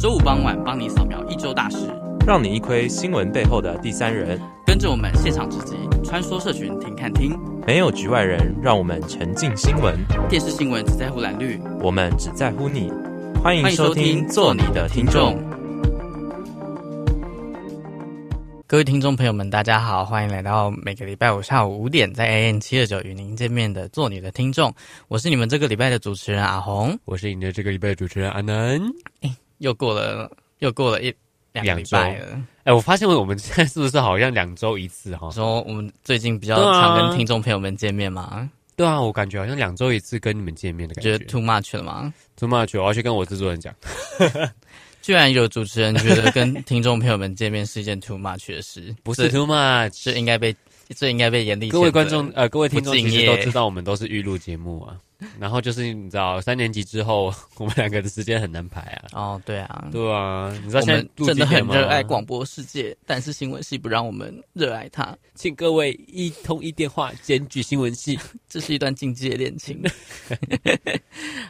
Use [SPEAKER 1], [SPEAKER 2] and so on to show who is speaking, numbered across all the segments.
[SPEAKER 1] 周五傍晚帮你扫描一周大事，
[SPEAKER 2] 让你一窥新闻背后的第三人。
[SPEAKER 1] 跟着我们现场直击，穿梭社群听看听。
[SPEAKER 2] 没有局外人，让我们沉浸新闻，
[SPEAKER 1] 电视新闻只在乎蓝绿，
[SPEAKER 2] 我们只在乎你。欢迎
[SPEAKER 1] 欢迎
[SPEAKER 2] 收
[SPEAKER 1] 收
[SPEAKER 2] 听
[SPEAKER 1] 听
[SPEAKER 2] 《
[SPEAKER 1] 做
[SPEAKER 2] 做
[SPEAKER 1] 你
[SPEAKER 2] 你
[SPEAKER 1] 的
[SPEAKER 2] 的
[SPEAKER 1] 听
[SPEAKER 2] 听
[SPEAKER 1] 众
[SPEAKER 2] 众》。。
[SPEAKER 1] 各位听众朋友们，大家好，欢迎来到每个礼拜五下午五点在 AM 七二九与您见面的《做你的听众》，我是你们这个礼拜的主持人阿红。
[SPEAKER 3] 我是你的这个礼拜的主持人阿南。
[SPEAKER 1] 又过了，又过了一两个
[SPEAKER 3] 两
[SPEAKER 1] 礼
[SPEAKER 3] 周
[SPEAKER 1] 拜了。
[SPEAKER 3] 哎，我发现我们现在是不是好像两周一次哈
[SPEAKER 1] 我？说我们最近比较
[SPEAKER 3] 对啊
[SPEAKER 1] 常跟听众朋友们见面嘛，
[SPEAKER 3] 对啊，我感觉好像两周一次跟你们见面的感
[SPEAKER 1] 觉
[SPEAKER 3] 觉
[SPEAKER 1] 得。too much 了吗？
[SPEAKER 3] too much，我要去跟我制作人讲。
[SPEAKER 1] 居然有主持人觉得跟听众朋友们见面是一件 too much 的事，
[SPEAKER 3] 不
[SPEAKER 1] 这
[SPEAKER 3] 是 too much，
[SPEAKER 1] 这应该被这应该被严厉谴责。
[SPEAKER 3] 各位观众呃，各位听众
[SPEAKER 1] 不敬
[SPEAKER 3] 其
[SPEAKER 1] 业
[SPEAKER 3] 实都知道，我们都是预录节目啊。然后就是你知道，三年级之后， 我们两个的时间很难排啊。
[SPEAKER 1] 哦，对啊，
[SPEAKER 3] 对啊，你知道
[SPEAKER 1] 我
[SPEAKER 3] 现
[SPEAKER 1] 们
[SPEAKER 3] 在
[SPEAKER 1] 真
[SPEAKER 3] 录
[SPEAKER 1] 的
[SPEAKER 3] 几点
[SPEAKER 1] 很
[SPEAKER 3] 吗
[SPEAKER 1] 热爱广播世界，但是新闻系不让我们热爱它，
[SPEAKER 3] 请各位一通一电话检举新闻系。
[SPEAKER 1] 这是一段境界恋 情。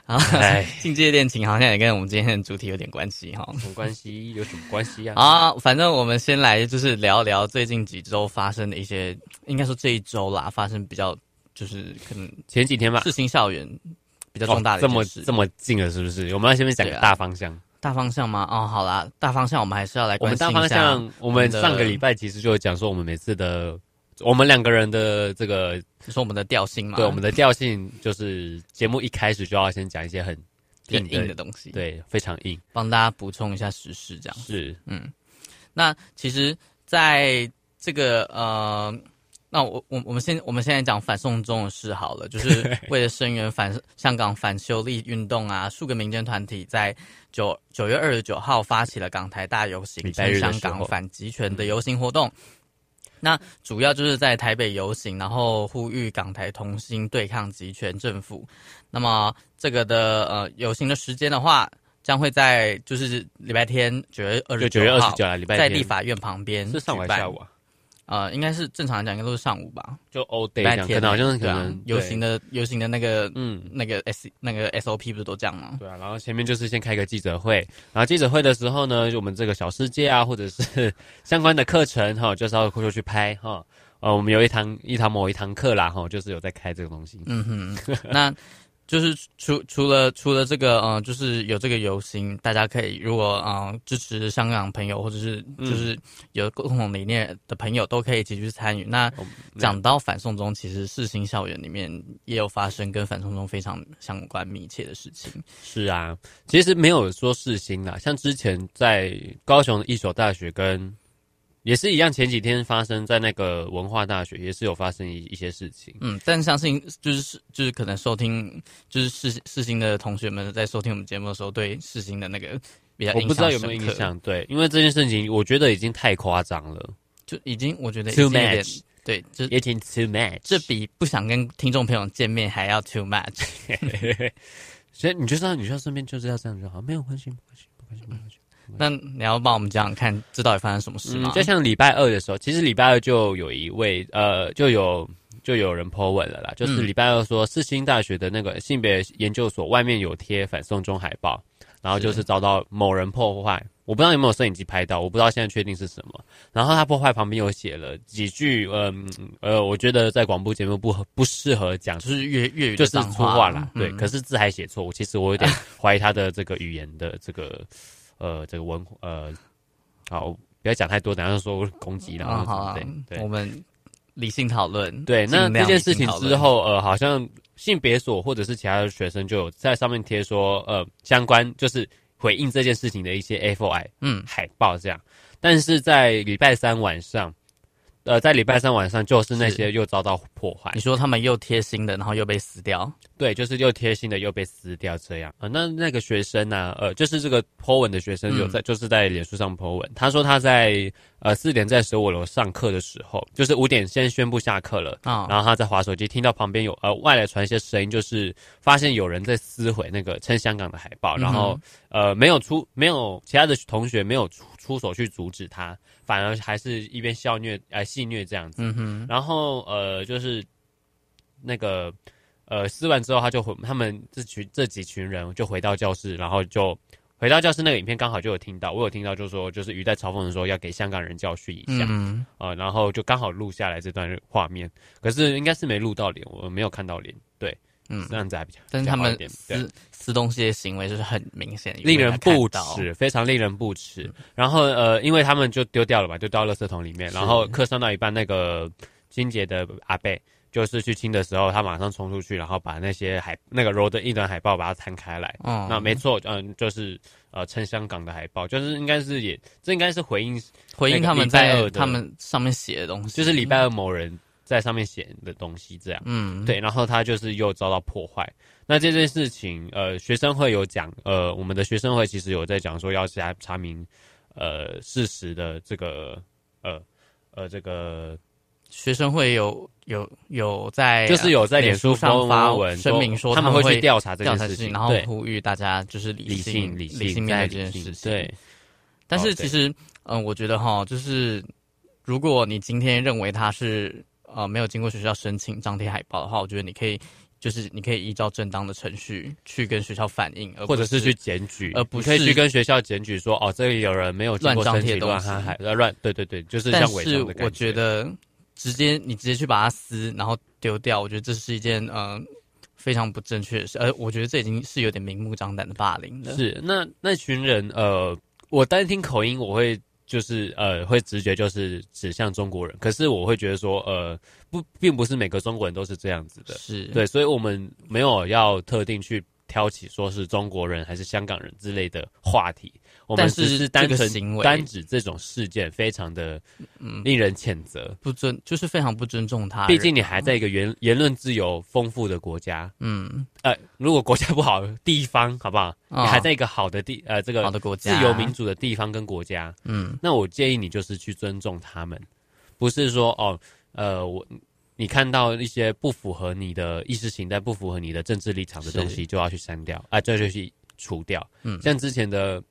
[SPEAKER 1] 好，
[SPEAKER 3] 哎，
[SPEAKER 1] 境界恋情好像也跟我们今天的主题有点关系哈。
[SPEAKER 3] 什么关系？有什么关系啊？
[SPEAKER 1] 啊，反正我们先来就是聊聊最近几周发生的一些，应该说这一周啦，发生比较就是可能
[SPEAKER 3] 前几天吧，
[SPEAKER 1] 世新校园比较重大的
[SPEAKER 3] 哦这
[SPEAKER 1] 一
[SPEAKER 3] 么
[SPEAKER 1] 件事
[SPEAKER 3] 这么近了，是不是？我们要先面讲个
[SPEAKER 1] 对啊
[SPEAKER 3] 大方向。
[SPEAKER 1] 大方向吗？哦，好啦，大方向我们还是要来
[SPEAKER 3] 我
[SPEAKER 1] 关
[SPEAKER 3] 们
[SPEAKER 1] 心
[SPEAKER 3] 大
[SPEAKER 1] 一
[SPEAKER 3] 方
[SPEAKER 1] 下
[SPEAKER 3] 向，我们上个礼拜其实就有讲说，我们每次的我们两个人的这个
[SPEAKER 1] 你说我们的调性嘛，
[SPEAKER 3] 对我们的调性，就是节目一开始就要先讲一些很
[SPEAKER 1] 比较
[SPEAKER 3] 硬的
[SPEAKER 1] 硬的东西，，
[SPEAKER 3] 对非常硬，
[SPEAKER 1] 帮大家补充一下时事这样。
[SPEAKER 3] 是
[SPEAKER 1] 那其实，在这个呃，那我我我们现我们现在讲反送中的事好了，就是为了声援反香港反修例运动啊，数个民间团体在九九月二十九号发起了港台大游行，
[SPEAKER 3] 礼拜
[SPEAKER 1] 称
[SPEAKER 3] 日的时候嗯
[SPEAKER 1] 香港反集权的游行活动。那主要就是在台北游行，然后呼吁港台同心对抗集权政府。那么这个的呃游行的时间的话，将会在就是礼拜天九月二
[SPEAKER 3] 就
[SPEAKER 1] 十
[SPEAKER 3] 九月二
[SPEAKER 1] 号
[SPEAKER 3] 十九啊，礼拜
[SPEAKER 1] 在
[SPEAKER 3] 天
[SPEAKER 1] 立法院旁边
[SPEAKER 3] 是上
[SPEAKER 1] 举
[SPEAKER 3] 晚
[SPEAKER 1] 办
[SPEAKER 3] 下午，啊，
[SPEAKER 1] 呃，应该是正常来讲应该都是上午吧，
[SPEAKER 3] 就 all day
[SPEAKER 1] 礼
[SPEAKER 3] 这
[SPEAKER 1] 拜
[SPEAKER 3] 样，
[SPEAKER 1] 天
[SPEAKER 3] 可能好像
[SPEAKER 1] 对
[SPEAKER 3] 可
[SPEAKER 1] 啊
[SPEAKER 3] 能
[SPEAKER 1] 游行
[SPEAKER 3] 的，
[SPEAKER 1] 的游行的那个
[SPEAKER 3] 嗯，
[SPEAKER 1] 那个 S 那个 SOP 不是都这样吗？
[SPEAKER 3] 对啊，然后前面就是先开个记者会，然后记者会的时候呢，就我们这个小世界啊，或者是 相关的课程哈，就是要过去拍哈。呃，我们有一堂一堂某一堂课啦，哈，就是有在开这个东西。
[SPEAKER 1] 嗯 哼，那就是除除了除了这个呃，就是有这个游行，大家可以如果呃支持香港朋友或者是
[SPEAKER 3] 嗯
[SPEAKER 1] 就是有共同理念的朋友，都可以一起去参与。那
[SPEAKER 3] 哦那
[SPEAKER 1] 讲到反送中，其实世新校园里面也有发生跟反送中非常相关密切的事情。
[SPEAKER 3] 是啊，其实没有说世新啦，像之前在高雄的一所大学跟也是一样，前几天发生在那个文化大学也是有发生一一些事情。
[SPEAKER 1] 嗯，但相信就是就是可能收听就是世世新的同学们在收听我们节目的时候，对世新的那个比较
[SPEAKER 3] 我
[SPEAKER 1] 印象
[SPEAKER 3] 不知道有没有
[SPEAKER 1] 深
[SPEAKER 3] 影
[SPEAKER 1] 刻，
[SPEAKER 3] 响，对，因为这件事情我觉得已经太夸张了
[SPEAKER 1] 就已经我觉得已经
[SPEAKER 3] ，too
[SPEAKER 1] 有点
[SPEAKER 3] much，
[SPEAKER 1] 对，就
[SPEAKER 3] 也挺 too much。
[SPEAKER 1] 这比不想跟听众朋友见面还要 too much。
[SPEAKER 3] 所以你就知道，你就身边就是要这样就好，没有关系，没关系，没关系，没关系。
[SPEAKER 1] 那你要帮我们讲讲看，这到底发生什么事吗
[SPEAKER 3] 嗯，？就像礼拜二的时候，其实礼拜二就有一位呃，就有就有人 po 文了啦，就是
[SPEAKER 1] 嗯
[SPEAKER 3] 礼拜二说世新大学的那个性别研究所外面有贴反送中海报，然后就是遭到某人破坏，我不知道有没有摄影机拍到，我不知道现在确定是什么。然后他破坏旁边有写了几句，呃嗯呃，我觉得在广播节目不合不适合讲，
[SPEAKER 1] 就。是粤粤语
[SPEAKER 3] 就
[SPEAKER 1] 的
[SPEAKER 3] 是
[SPEAKER 1] 脏
[SPEAKER 3] 粗话啦
[SPEAKER 1] 啦，，
[SPEAKER 3] 对，
[SPEAKER 1] 嗯
[SPEAKER 3] 可是字还写错，我其实我 有点怀疑他的这个语言的这个呃这个文呃，好，不要讲太多，等下就说我攻击了，
[SPEAKER 1] 啊好
[SPEAKER 3] 然后
[SPEAKER 1] 啊
[SPEAKER 3] 对
[SPEAKER 1] 我
[SPEAKER 3] 对
[SPEAKER 1] 们理性讨论。
[SPEAKER 3] 对。那
[SPEAKER 1] 尽
[SPEAKER 3] 这
[SPEAKER 1] 量
[SPEAKER 3] 件
[SPEAKER 1] 理
[SPEAKER 3] 事
[SPEAKER 1] 性
[SPEAKER 3] 情
[SPEAKER 1] 讨论
[SPEAKER 3] 之，后，呃，好像性别所或者是其他的学生就有在上面贴说，呃，相关就是回应这件事情的一些 FOI
[SPEAKER 1] 嗯，
[SPEAKER 3] 海报这样，但是在礼拜三晚上。呃，在礼拜三晚上，就是那
[SPEAKER 1] 是
[SPEAKER 3] 些又遭到破坏
[SPEAKER 1] 你，说他们又贴心的，然后又被撕掉，
[SPEAKER 3] 对，就是又贴心的又被撕掉这样啊、呃那那个学生呢、呃，就是这个 po 文的学生有在，就是在脸书上 po 文，他说他在呃四点在十五楼上课的时候，就是五点先宣布下课了。
[SPEAKER 1] 啊、
[SPEAKER 3] 然后他在划手机，听到旁边有呃外来传一些声音，就是发现有人在撕毁那个称香港的海报，然后、呃没有出没有其他的同学没有出出手去阻止他，反而还是一边笑虐呃戏虐这样子。
[SPEAKER 1] 嗯哼，
[SPEAKER 3] 然后呃，就是那个呃撕完之后，他就回他们这群这几群人就回到教室，然后就回到教室那个影片刚好就有听到，我有听到就说就是鱼在嘲讽的时候要给香港人教训一下啊、
[SPEAKER 1] 嗯，
[SPEAKER 3] 呃然后就刚好录下来这段画面，可是应该是没录到脸，我没有看到脸，对，
[SPEAKER 1] 嗯
[SPEAKER 3] 这样子还比较，
[SPEAKER 1] 但是他们
[SPEAKER 3] 比较好一点对
[SPEAKER 1] 撕撕东西的行为就是很明显，
[SPEAKER 3] 令人不
[SPEAKER 1] 有人看到
[SPEAKER 3] 齿，非常令人不齿。然后呃，因为他们就丢掉了嘛，丢到垃圾桶里面。然后课上到一半，那个清洁的阿贝就是去清的时候，他马上冲出去，然后把那些海那个 road 的一段海报把它摊开来。
[SPEAKER 1] 嗯，
[SPEAKER 3] 那没错，嗯，就是呃，称香港的海报，就是应该是也，这应该是回应，
[SPEAKER 1] 回应他们
[SPEAKER 3] 那个
[SPEAKER 1] 在
[SPEAKER 3] 礼拜二的
[SPEAKER 1] 他们上面写的东西，
[SPEAKER 3] 就是礼拜二某人在上面写的东西这样。
[SPEAKER 1] 嗯，
[SPEAKER 3] 对，然后他就是又遭到破坏。那这件事情，呃，学生会有讲，呃，我们的学生会其实有在讲说要查查明，呃，事实的这个，呃，呃，这个
[SPEAKER 1] 学生会有有有在
[SPEAKER 3] 就是有在脸书
[SPEAKER 1] 哎上
[SPEAKER 3] 上
[SPEAKER 1] 发
[SPEAKER 3] 发文
[SPEAKER 1] 声明说
[SPEAKER 3] 他
[SPEAKER 1] 他
[SPEAKER 3] 们
[SPEAKER 1] 会
[SPEAKER 3] 去调查这
[SPEAKER 1] 调
[SPEAKER 3] 件
[SPEAKER 1] 查
[SPEAKER 3] 事情，
[SPEAKER 1] 然后
[SPEAKER 3] 对
[SPEAKER 1] 呼吁大家就是理
[SPEAKER 3] 理
[SPEAKER 1] 性
[SPEAKER 3] 性理
[SPEAKER 1] 理性面对
[SPEAKER 3] 在理
[SPEAKER 1] 这件
[SPEAKER 3] 性
[SPEAKER 1] 事情。
[SPEAKER 3] 对，
[SPEAKER 1] 但
[SPEAKER 3] 哦
[SPEAKER 1] 是
[SPEAKER 3] 对
[SPEAKER 1] 其实，嗯、我觉得哈，就是如果你今天认为他是呃没有经过学校申请张贴海报的话，我觉得你可以就是你可以依照正当的程序去跟学校反映，而不
[SPEAKER 3] 或者是去检举，
[SPEAKER 1] 而不
[SPEAKER 3] 你可以
[SPEAKER 1] 是
[SPEAKER 3] 去跟学校检举说，哦，这里有人没有经过
[SPEAKER 1] 乱张
[SPEAKER 3] 申
[SPEAKER 1] 贴
[SPEAKER 3] 请
[SPEAKER 1] 东
[SPEAKER 3] 乱
[SPEAKER 1] 西
[SPEAKER 3] 喊海呃乱，对对对，就是
[SPEAKER 1] 但
[SPEAKER 3] 像伪
[SPEAKER 1] 是
[SPEAKER 3] 装的感
[SPEAKER 1] 我觉得直接你直接去把它撕，然后丢掉，我觉得这是一件呃非常不正确的事，而我觉得这已经是有点明目张胆的霸凌了。
[SPEAKER 3] 是，那那群人，呃，我单听口音，我会就是呃，会直觉就是指向中国人。可是我会觉得说，呃，不，并不是每个中国人都是这样子的，
[SPEAKER 1] 是，
[SPEAKER 3] 对，所以我们没有要特定去挑起说是中国人还是香港人之类的话题，我们
[SPEAKER 1] 但
[SPEAKER 3] 只
[SPEAKER 1] 是
[SPEAKER 3] 是单
[SPEAKER 1] 这个
[SPEAKER 3] 纯
[SPEAKER 1] 行为
[SPEAKER 3] 单指这种事件，非常的
[SPEAKER 1] 嗯
[SPEAKER 3] 令人谴责。
[SPEAKER 1] 不尊就是非常不尊重他人啊。
[SPEAKER 3] 毕竟你还在一个言言论自由丰富的国家，
[SPEAKER 1] 嗯，
[SPEAKER 3] 呃，如果国家不好，地方好不好？
[SPEAKER 1] 啊
[SPEAKER 3] 你还在一个好的地，呃，这个
[SPEAKER 1] 好的国
[SPEAKER 3] 自
[SPEAKER 1] 家，
[SPEAKER 3] 由民主的地方跟国家，
[SPEAKER 1] 嗯
[SPEAKER 3] 那我建议你就是去尊重他们，不是说哦，呃，我你看到一些不符合你的意识形态、不符合你的政治立场的
[SPEAKER 1] 是
[SPEAKER 3] 东西，就要去删掉啊，这、就去除掉。
[SPEAKER 1] 嗯
[SPEAKER 3] 像之前的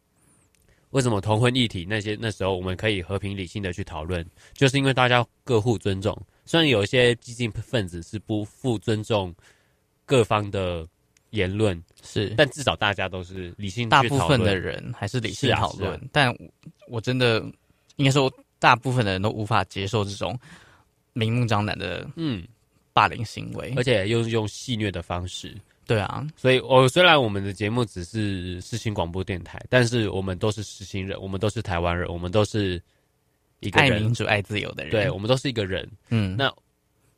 [SPEAKER 3] 为什么同婚议题那些那时候我们可以和平理性的去讨论，就是因为大家各互尊重。虽然有一些激进分子是不负尊重各方的言论，
[SPEAKER 1] 是。
[SPEAKER 3] 但至少大家都是理性
[SPEAKER 1] 大
[SPEAKER 3] 去
[SPEAKER 1] 部
[SPEAKER 3] 讨
[SPEAKER 1] 分
[SPEAKER 3] 论
[SPEAKER 1] 的人还是理性
[SPEAKER 3] 是啊
[SPEAKER 1] 讨
[SPEAKER 3] 是啊
[SPEAKER 1] 论，但我我真的应该说，大部分的人都无法接受这种明目张胆的
[SPEAKER 3] 嗯，
[SPEAKER 1] 霸凌行为
[SPEAKER 3] 而。且又是用戏谑的方式。
[SPEAKER 1] 对啊，
[SPEAKER 3] 所以，我、虽然我们的节目只是世新广播电台，但是我们都是世新人，我们都是台湾人，我们都是一个
[SPEAKER 1] 爱
[SPEAKER 3] 人
[SPEAKER 1] 民，主、爱自由的人，
[SPEAKER 3] 对，我们都是一个人，
[SPEAKER 1] 嗯，
[SPEAKER 3] 那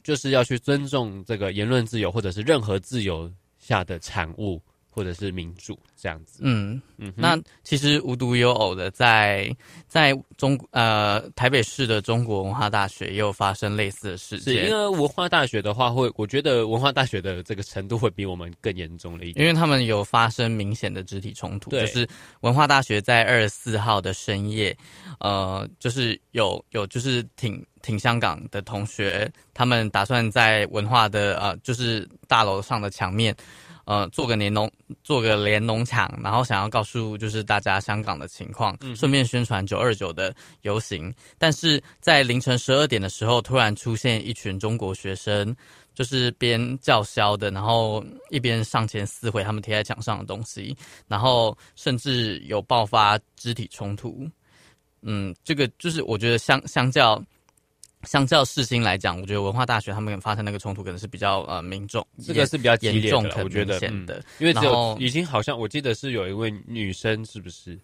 [SPEAKER 3] 就是要去尊重这个言论自由，或者是任何自由下的产物，或者是民主这样子。
[SPEAKER 1] 嗯，
[SPEAKER 3] 嗯哼，
[SPEAKER 1] 那其实无独有偶的，在在中呃台北市的中国文化大学也有发生类似的事
[SPEAKER 3] 是
[SPEAKER 1] 件，
[SPEAKER 3] 因为文化大学的话会我觉得文化大学的这个程度会比我们更严重了一点。
[SPEAKER 1] 因为他们有发生明显的肢体冲突，
[SPEAKER 3] 对
[SPEAKER 1] 就是文化大学在二十四号的深夜，呃，就是有有就是挺挺香港的同学，他们打算在文化的呃就是大楼上的墙面，呃，做个联农做个联农墙，然后想要告诉就是大家香港的情况，
[SPEAKER 3] 嗯
[SPEAKER 1] 顺便宣传九二九的游行，但是在凌晨十二点的时候，突然出现一群中国学生。就是边叫嚣的，然后一边上前撕毁他们贴在墙上的东西，然后甚至有爆发肢体冲突。嗯，这个就是我觉得相相较相较世新来讲，我觉得文化大学他们发生那个冲突可能是比较呃民众
[SPEAKER 3] 这个是比较激
[SPEAKER 1] 严
[SPEAKER 3] 烈
[SPEAKER 1] 重
[SPEAKER 3] 的啦，
[SPEAKER 1] 很
[SPEAKER 3] 我觉
[SPEAKER 1] 明
[SPEAKER 3] 得，
[SPEAKER 1] 显
[SPEAKER 3] 嗯，
[SPEAKER 1] 的，
[SPEAKER 3] 因为只
[SPEAKER 1] 然
[SPEAKER 3] 有
[SPEAKER 1] 后
[SPEAKER 3] 已经好像我记得是有一位女生，是不是？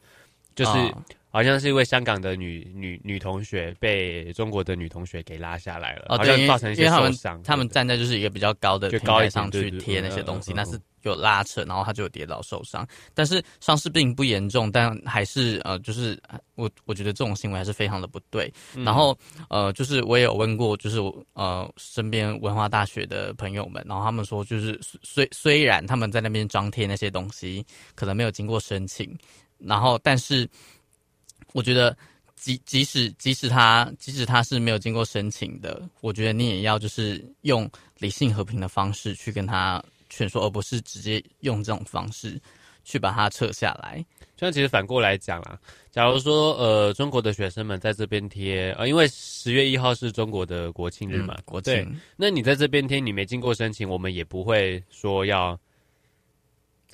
[SPEAKER 3] 就是、
[SPEAKER 1] 啊
[SPEAKER 3] 好像是一位香港的女女女同学被中国的女同学给拉下来了，
[SPEAKER 1] 哦
[SPEAKER 3] 好
[SPEAKER 1] 对
[SPEAKER 3] 像
[SPEAKER 1] 因为
[SPEAKER 3] 造成一些
[SPEAKER 1] 因为他
[SPEAKER 3] 受
[SPEAKER 1] 们
[SPEAKER 3] 伤。
[SPEAKER 1] 他们
[SPEAKER 3] 对
[SPEAKER 1] 站在就是一个比较高的
[SPEAKER 3] 就
[SPEAKER 1] 平
[SPEAKER 3] 高一
[SPEAKER 1] 台
[SPEAKER 3] 点
[SPEAKER 1] 上
[SPEAKER 3] 对对
[SPEAKER 1] 去
[SPEAKER 3] 对
[SPEAKER 1] 贴那
[SPEAKER 3] 嗯
[SPEAKER 1] 些
[SPEAKER 3] 嗯
[SPEAKER 1] 东西，
[SPEAKER 3] 嗯
[SPEAKER 1] 那
[SPEAKER 3] 嗯
[SPEAKER 1] 是有拉扯，然后他就有跌倒受伤。但是伤势并不严重，但还是呃，就是呃我我觉得这种行为还是非常的不对。
[SPEAKER 3] 嗯
[SPEAKER 1] 然后呃，就是我也有问过，就是我呃身边文化大学的朋友们，然后他们说，就是虽虽虽然他们在那边张贴那些东西，可能没有经过申请，然后但是我觉得即即使即使他即使他是没有经过申请的，我觉得你也要就是用理性和平的方式去跟他劝说，而不是直接用这种方式去把他撤下来。
[SPEAKER 3] 像其实反过来讲啦，假如说呃中国的学生们在这边贴，呃因为十月一号是中国的国庆日嘛，
[SPEAKER 1] 嗯国
[SPEAKER 3] 对，
[SPEAKER 1] 庆
[SPEAKER 3] 那你在这边贴，你没经过申请，我们也不会说要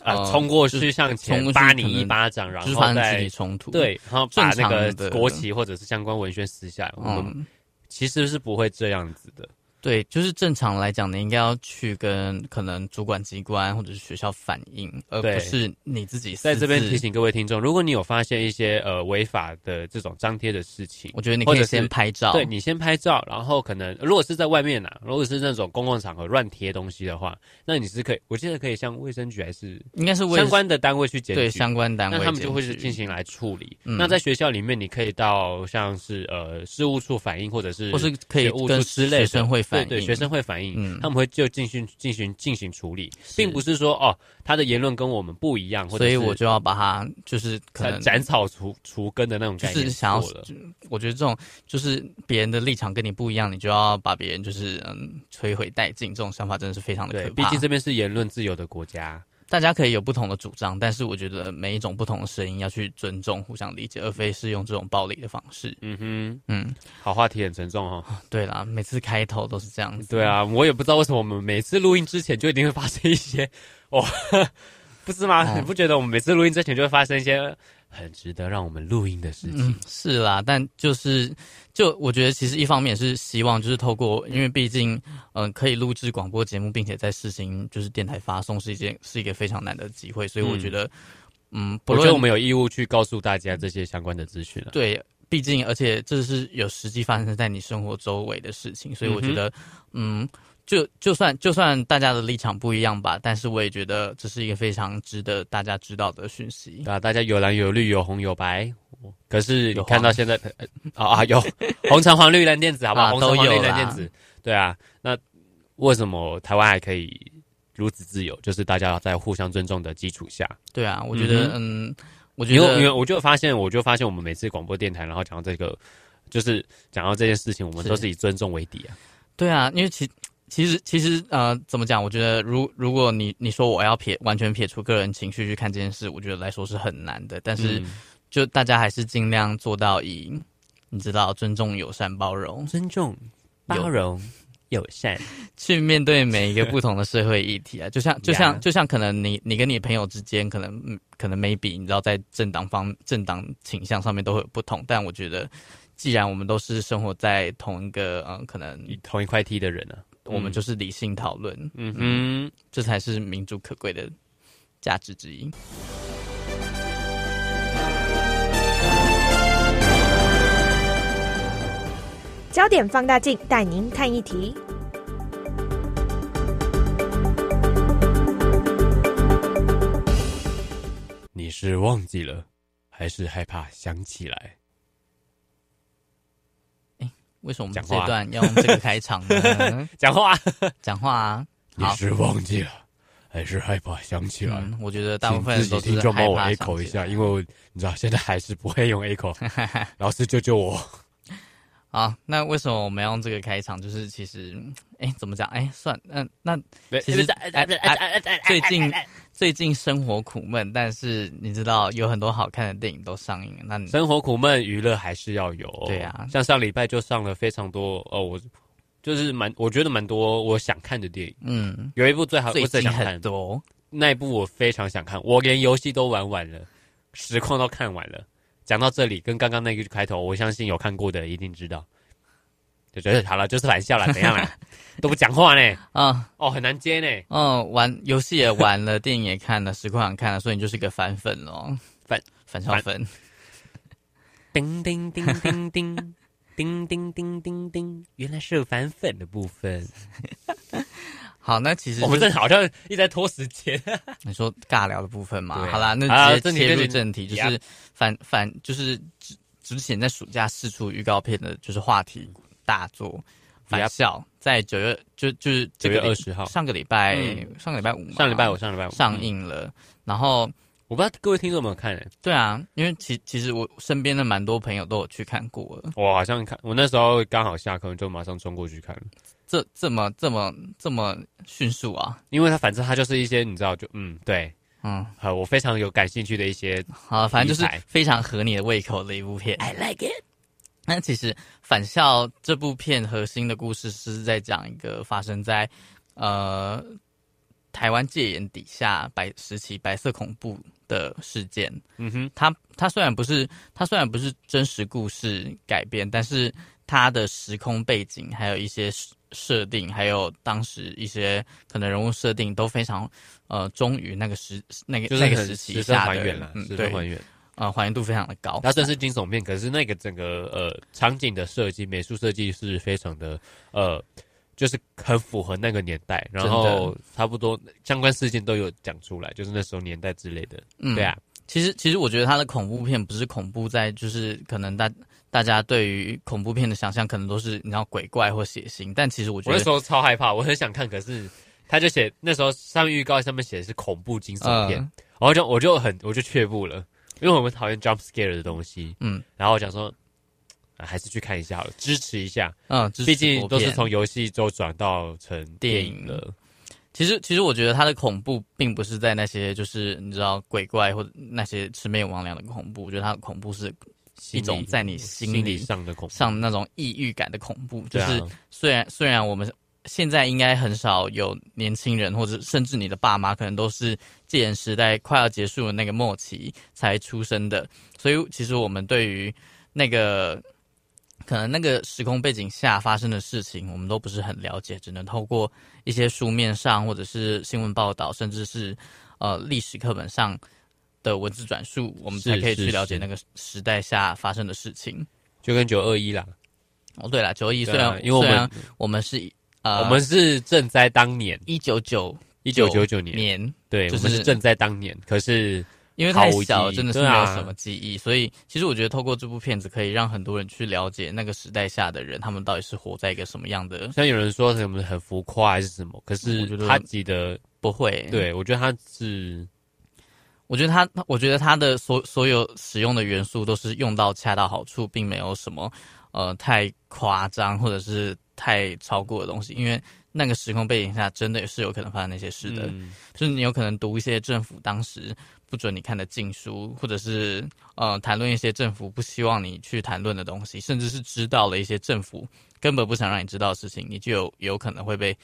[SPEAKER 3] 啊
[SPEAKER 1] 呃
[SPEAKER 3] 冲过
[SPEAKER 1] 就
[SPEAKER 3] 去
[SPEAKER 1] 是
[SPEAKER 3] 向
[SPEAKER 1] 冲
[SPEAKER 3] 前
[SPEAKER 1] 过去
[SPEAKER 3] 扒
[SPEAKER 1] 可
[SPEAKER 3] 你
[SPEAKER 1] 能
[SPEAKER 3] 一巴掌，然
[SPEAKER 1] 就是
[SPEAKER 3] 后
[SPEAKER 1] 发生肢
[SPEAKER 3] 再
[SPEAKER 1] 体冲突。，
[SPEAKER 3] 对，然后把那
[SPEAKER 1] 正常
[SPEAKER 3] 个
[SPEAKER 1] 的
[SPEAKER 3] 国旗或者是相关文宣撕下来。我们
[SPEAKER 1] 嗯，
[SPEAKER 3] 其实是不会这样子的。
[SPEAKER 1] 对，就是正常来讲，你应该要去跟可能主管机关或者是学校反映，而
[SPEAKER 3] 对
[SPEAKER 1] 不是你自己私
[SPEAKER 3] 在
[SPEAKER 1] 自
[SPEAKER 3] 这边提，醒各位听众，如果你有发现一些呃违法的这种张贴的事情，
[SPEAKER 1] 我觉得你可
[SPEAKER 3] 或
[SPEAKER 1] 以
[SPEAKER 3] 者是
[SPEAKER 1] 先拍照，
[SPEAKER 3] 对你先拍照，然后可能如果是在外面呐、啊如果是那种公共场合乱贴东西的话，那你是可以，我记得可以向卫生局还是
[SPEAKER 1] 应该是为
[SPEAKER 3] 相关的单位去检举，
[SPEAKER 1] 对相关单位
[SPEAKER 3] 那
[SPEAKER 1] 检举，
[SPEAKER 3] 他们就会是进行来处理。
[SPEAKER 1] 嗯
[SPEAKER 3] 那在学校里面，你可以到像是呃事务处反映，或者是
[SPEAKER 1] 或是可以
[SPEAKER 3] 学务处
[SPEAKER 1] 跟
[SPEAKER 3] 之类的
[SPEAKER 1] 学生会反映
[SPEAKER 3] 对对学生会反映，
[SPEAKER 1] 嗯
[SPEAKER 3] 他们会就进行进行进行处理，并不是说哦他的言论跟我们不一样，或者
[SPEAKER 1] 所
[SPEAKER 3] 是
[SPEAKER 1] 以我就要把它就是可能
[SPEAKER 3] 斩草除除根的那种
[SPEAKER 1] 就
[SPEAKER 3] 概念
[SPEAKER 1] 是想要
[SPEAKER 3] 错了，
[SPEAKER 1] 我觉得这种就是别人的立场跟你不一样，你就要把别人就是嗯摧毁殆尽，这种想法真的是非常的
[SPEAKER 3] 对，
[SPEAKER 1] 可
[SPEAKER 3] 毕
[SPEAKER 1] 怕。
[SPEAKER 3] 竟这边是言论自由的国家。
[SPEAKER 1] 大家可以有不同的主张，但是我觉得每一种不同的声音要去尊重、互相理解，而非是用这种暴力的方式。
[SPEAKER 3] 嗯
[SPEAKER 1] 嗯，
[SPEAKER 3] 哼，好话题很沉 重哦。
[SPEAKER 1] 对啦，每次开头都是这样子。
[SPEAKER 3] 对，啊，我也不知道为什么我们每次录音之前就一定会发生一些，哦， 不是吗？
[SPEAKER 1] 哦
[SPEAKER 3] 你不觉得我们每次录音之前就会发生一些很值得让我们录音的事情？
[SPEAKER 1] 嗯，是啦，但就是就我觉得其实一方面也是希望就是透过，因为毕竟嗯、呃可以录制广播节目，并且在事情就是电台发送是一件是一个非常难的机会，所以我觉得嗯，不
[SPEAKER 3] 我觉得
[SPEAKER 1] 论
[SPEAKER 3] 我们有义务去告诉大家这些相关的资讯了。
[SPEAKER 1] 对，毕竟而且这是有实际发生在你生活周围的事情，所以我觉得，嗯就就算就算大家的立场不一样吧，但是我也觉得这是一个非常值得大家知道的讯息。
[SPEAKER 3] 对啊，大家有蓝有绿有红有白，可是你
[SPEAKER 1] 有
[SPEAKER 3] 看到
[SPEAKER 1] 黄
[SPEAKER 3] 现在，呃啊啊有红橙黄绿蓝靛紫，好不好？
[SPEAKER 1] 啊
[SPEAKER 3] 红橙黄
[SPEAKER 1] 都
[SPEAKER 3] 绿
[SPEAKER 1] 有
[SPEAKER 3] 蓝
[SPEAKER 1] 啦
[SPEAKER 3] 靛紫，对啊。那为什么台湾还可以如此自由？就是大家在互相尊重的基础下，
[SPEAKER 1] 对啊，我觉得，嗯我觉
[SPEAKER 3] 因为因为
[SPEAKER 1] 得
[SPEAKER 3] 我就发现，我就发现我们每次广播电台，然后讲到这个，就是讲到这件事情，我们
[SPEAKER 1] 是
[SPEAKER 3] 都是以尊重为底啊。
[SPEAKER 1] 对啊，因为其。其实，其实，呃，怎么讲？我觉得如，如果你你说我要撇完全撇除个人情绪去看这件事，我觉得来说是很难的。但是，
[SPEAKER 3] 嗯
[SPEAKER 1] 就大家还是尽量做到以，你知道，尊重、友善、包容，
[SPEAKER 3] 尊重、
[SPEAKER 1] 有
[SPEAKER 3] 包容、友善，
[SPEAKER 1] 去面对每一个不同的社会议题啊，就 像就像
[SPEAKER 3] Yeah
[SPEAKER 1] 就像可能你你跟你朋友之间可能嗯可能 maybe 你知道在政党方政党倾向上面都会有不同，但我觉得既然我们都是生活在同一个嗯、呃可能
[SPEAKER 3] 以同一块踢的人啊。
[SPEAKER 1] 我们就是理性讨论，
[SPEAKER 3] 嗯哼。
[SPEAKER 1] 这才是民主可贵的价值之一。
[SPEAKER 4] 焦点放大镜带您看议题。
[SPEAKER 3] 你是忘记了，还是害怕想起来？
[SPEAKER 1] 为什么我
[SPEAKER 3] 讲
[SPEAKER 1] 们这
[SPEAKER 3] 话
[SPEAKER 1] 段要用这个开场 呢？
[SPEAKER 3] 讲话，
[SPEAKER 1] 讲话啊，
[SPEAKER 3] 你
[SPEAKER 1] 好
[SPEAKER 3] 是忘记了，还是害怕想起来？
[SPEAKER 1] 嗯，我觉得大部
[SPEAKER 3] 啊请
[SPEAKER 1] 分人
[SPEAKER 3] 自己
[SPEAKER 1] 都
[SPEAKER 3] 听
[SPEAKER 1] 是
[SPEAKER 3] 众帮
[SPEAKER 1] 害
[SPEAKER 3] 我
[SPEAKER 1] 怕
[SPEAKER 3] echo 一下，因为
[SPEAKER 1] 为
[SPEAKER 3] 我你知道现在还是不会用 echo，老 师救救我！
[SPEAKER 1] 好，那为什么我们要用这个开场？就是其实，哎、怎么讲？哎、算，嗯、那其实哎哎哎最近最近生活苦闷，但是你知道有很多好看的电影都上映了，那你
[SPEAKER 3] 生活苦闷，娱乐还是要有。
[SPEAKER 1] 对啊
[SPEAKER 3] 像上礼拜就上了非常多哦，我就是蛮我觉得蛮多我想看的电影，
[SPEAKER 1] 嗯，
[SPEAKER 3] 有一部最好
[SPEAKER 1] 最
[SPEAKER 3] 我最
[SPEAKER 1] 近
[SPEAKER 3] 想
[SPEAKER 1] 很
[SPEAKER 3] 看，
[SPEAKER 1] 多
[SPEAKER 3] 那一部我非常想看，我连游戏都玩完了，实况都看完了。讲到这里，跟刚刚那个开头，我相信有看过的一定知道。就觉得好了，就是玩笑了，怎样 啦？都不讲话呢，
[SPEAKER 1] 啊，
[SPEAKER 3] 哦，很难接呢。
[SPEAKER 1] 嗯，玩游戏也玩了，电影也看了，实况也看了，所以你就是个反粉咯，
[SPEAKER 3] 反
[SPEAKER 1] 反校粉。
[SPEAKER 3] 叮叮叮叮叮叮叮叮叮叮，原来是反粉的部分。
[SPEAKER 1] 好，那其实、
[SPEAKER 3] 我
[SPEAKER 1] 就
[SPEAKER 3] 们这
[SPEAKER 1] 是、
[SPEAKER 3] 好像一直在拖时 间。
[SPEAKER 1] 你说尬聊的部分嘛，
[SPEAKER 3] 对啊
[SPEAKER 1] 好啦，
[SPEAKER 3] 好啦
[SPEAKER 1] 那直接
[SPEAKER 3] 正题
[SPEAKER 1] 切入
[SPEAKER 3] 正题
[SPEAKER 1] 正题，就
[SPEAKER 3] Yeah
[SPEAKER 1] 是反反就是之之前在暑假试出预告片的，就是话题大作《返
[SPEAKER 3] Yep
[SPEAKER 1] 校》在九月就就是这个
[SPEAKER 3] 9月
[SPEAKER 1] 礼
[SPEAKER 3] 20号
[SPEAKER 1] 上个礼拜、
[SPEAKER 3] 嗯
[SPEAKER 1] 上个礼拜五嘛
[SPEAKER 3] 上礼拜五，上礼拜五嗯
[SPEAKER 1] 上，映了，然后
[SPEAKER 3] 我不知道各位听众有没有看、欸？
[SPEAKER 1] 对啊，因为其其实我身边的蛮多朋友都有去看过了，
[SPEAKER 3] 我好像看，我那时候刚好下课就马上冲过去看了，
[SPEAKER 1] 这这么这么这么迅速啊，
[SPEAKER 3] 因为他反正他就是一些你知道就嗯对，
[SPEAKER 1] 嗯，
[SPEAKER 3] 呃我非常有感兴趣的一些
[SPEAKER 1] 好，反正就
[SPEAKER 3] 题
[SPEAKER 1] 是
[SPEAKER 3] 材哎
[SPEAKER 1] 非常合你的胃口的一部片。I like it。那其实《返校》这部片核心的故事是在讲一个发生在呃台湾戒严底下白时期白色恐怖的事件。
[SPEAKER 3] 嗯哼，
[SPEAKER 1] 它它虽然不是它虽然不是真实故事改编，但是它的时空背景还有一些设设定，还有当时一些可能人物设定都非常呃忠于那个时那个、
[SPEAKER 3] 就是
[SPEAKER 1] 那
[SPEAKER 3] 很
[SPEAKER 1] 个时期
[SPEAKER 3] 十分
[SPEAKER 1] 下的
[SPEAKER 3] 还原了，
[SPEAKER 1] 嗯
[SPEAKER 3] 十
[SPEAKER 1] 对
[SPEAKER 3] 分，还原。
[SPEAKER 1] 呃还原度非常的高。
[SPEAKER 3] 它虽然是惊悚片，可是那个整个呃场景的设计、美术设计是非常的呃，就是很符合那个年代，然后差不多相关事件都有讲出来，就是那时候年代之类的。
[SPEAKER 1] 嗯
[SPEAKER 3] 对啊，
[SPEAKER 1] 其实，其实我觉得他的恐怖片不是恐怖在，就是可能大大家对于恐怖片的想象，可能都是你知道鬼怪或血腥，但其实我觉
[SPEAKER 3] 我那时
[SPEAKER 1] 得，
[SPEAKER 3] 候超害怕，我很想看，可是他就写那时候上面预告上面写的是恐怖惊悚片，
[SPEAKER 1] 嗯
[SPEAKER 3] 然后就我就很我就却步了，因为我们讨厌 jump scare 的东西，
[SPEAKER 1] 嗯
[SPEAKER 3] 然后我想说。啊还是去看一下好了，支持一下，
[SPEAKER 1] 嗯，就是
[SPEAKER 3] 毕竟都
[SPEAKER 1] 恐怖
[SPEAKER 3] 是
[SPEAKER 1] 片
[SPEAKER 3] 从游戏周转到成电影
[SPEAKER 1] 电影
[SPEAKER 3] 了。
[SPEAKER 1] 其实，其实我觉得他的恐怖并不是在那些就是你知道鬼怪或者那些魑魅魍魉的恐怖，我觉得他的恐怖是
[SPEAKER 3] 心
[SPEAKER 1] 一
[SPEAKER 3] 理
[SPEAKER 1] 种在你
[SPEAKER 3] 心
[SPEAKER 1] 心
[SPEAKER 3] 理
[SPEAKER 1] 里
[SPEAKER 3] 上的恐怖，
[SPEAKER 1] 上那种抑郁感的恐怖，就
[SPEAKER 3] 对啊
[SPEAKER 1] 是虽然虽然我们现在应该很少有年轻人，或者甚至你的爸妈，可能都是戒严时代快要结束的那个末期才出生的，所以其实我们对于那个可能那个时空背景下发生的事情，我们都不是很了解，只能透过一些书面上或者是新闻报道，甚至是呃历史课本上。的文字转述，我们
[SPEAKER 3] 是
[SPEAKER 1] 才可以去
[SPEAKER 3] 是
[SPEAKER 1] 了解
[SPEAKER 3] 是
[SPEAKER 1] 那个时代下发生的事情。
[SPEAKER 3] 就跟九二一啦。
[SPEAKER 1] 哦，对了，九一虽
[SPEAKER 3] 对啊
[SPEAKER 1] 然、
[SPEAKER 3] 因为我们
[SPEAKER 1] 虽然我们是呃，
[SPEAKER 3] 我们是正在当年，
[SPEAKER 1] 一九九
[SPEAKER 3] 一九九九年，对，
[SPEAKER 1] 就是
[SPEAKER 3] 我们是正在当年。可是，
[SPEAKER 1] 因为太
[SPEAKER 3] 毫无
[SPEAKER 1] 小，
[SPEAKER 3] 记忆
[SPEAKER 1] 真的是
[SPEAKER 3] 对
[SPEAKER 1] 没有
[SPEAKER 3] 啊
[SPEAKER 1] 什么记忆，所以其实我觉得透过这部片子，可以让很多人去了解那个时代下的人，他们到底是活在一个什么样的。
[SPEAKER 3] 虽然有人说什么很浮夸还是什么，可
[SPEAKER 1] 我
[SPEAKER 3] 是
[SPEAKER 1] 觉得嗯
[SPEAKER 3] 他记得，
[SPEAKER 1] 不会，，
[SPEAKER 3] 对我觉得他是
[SPEAKER 1] 我觉得他，我觉得他的所所有使用的元素都是用到恰到好处，并没有什么呃太夸张或者是太超过的东西，因为那个时空背景下，真的是有可能发生那些事的。
[SPEAKER 3] 嗯
[SPEAKER 1] 就是你有可能读一些政府当时不准你看的禁书，或者是呃谈论一些政府不希望你去谈论的东西，甚至是知道了一些政府根本不想让你知道的事情，你就有有可能会被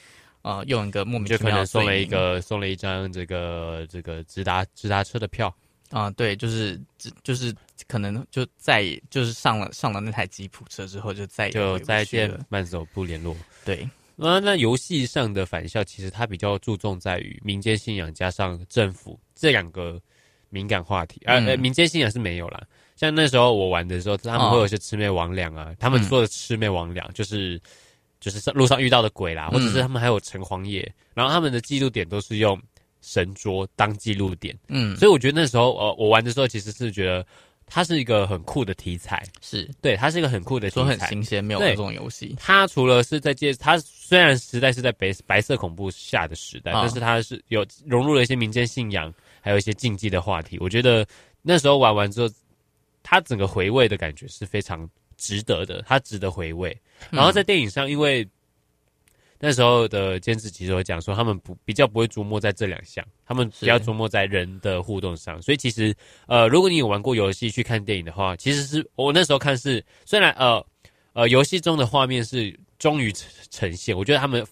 [SPEAKER 1] 呃用一个莫名
[SPEAKER 3] 就
[SPEAKER 1] 其
[SPEAKER 3] 可
[SPEAKER 1] 妙
[SPEAKER 3] 能
[SPEAKER 1] 的罪
[SPEAKER 3] 送了一
[SPEAKER 1] 名
[SPEAKER 3] 个送了一张这个这个直达直达车的票，
[SPEAKER 1] 啊、对，就是只就是可能就再也就是上了上了那台吉普车之后就哎再也
[SPEAKER 3] 就
[SPEAKER 1] 回不
[SPEAKER 3] 再
[SPEAKER 1] 去
[SPEAKER 3] 见
[SPEAKER 1] 了，
[SPEAKER 3] 慢走不联络。
[SPEAKER 1] 对，
[SPEAKER 3] 那那游戏上的返校，其实它比较注重在于民间信仰加上政府这两个敏感话题。呃，
[SPEAKER 1] 嗯
[SPEAKER 3] 呃民间信仰是没有啦。像那时候我玩的时候，他们
[SPEAKER 1] 哦嗯
[SPEAKER 3] 会有一些魑魅魍魉啊，他们说的魑魅魍魉就是就是上路上遇到的鬼啦，
[SPEAKER 1] 嗯
[SPEAKER 3] 或者是他们还有城隍爷，然后他们的记录点都是用神桌当记录点，
[SPEAKER 1] 嗯，
[SPEAKER 3] 所以我觉得那时候呃我玩的时候其实是觉得它是一个很酷的题材，
[SPEAKER 1] 是
[SPEAKER 3] 对，它是一个很酷的题
[SPEAKER 1] 说很
[SPEAKER 3] 材。
[SPEAKER 1] 新鲜，没有
[SPEAKER 3] 对
[SPEAKER 1] 这种游戏，
[SPEAKER 3] 它除了是在介，它虽然时代是在白白色恐怖下的时代，
[SPEAKER 1] 啊
[SPEAKER 3] 但是它是有融入了一些民间信仰，还有一些禁忌的话题。我觉得那时候玩完之后，它整个回味的感觉是非常值得的，它值得回味。
[SPEAKER 1] 嗯
[SPEAKER 3] 然后在电影上，因为那时候的监制其实有讲说，他们不比较不会琢磨在这两项，他们比较
[SPEAKER 1] 是
[SPEAKER 3] 琢磨在人的互动上。所以其实，呃，如果你有玩过游戏去看电影的话，其实是我那时候看是虽然呃呃游戏中的画面是忠于呈呈现，我觉得他们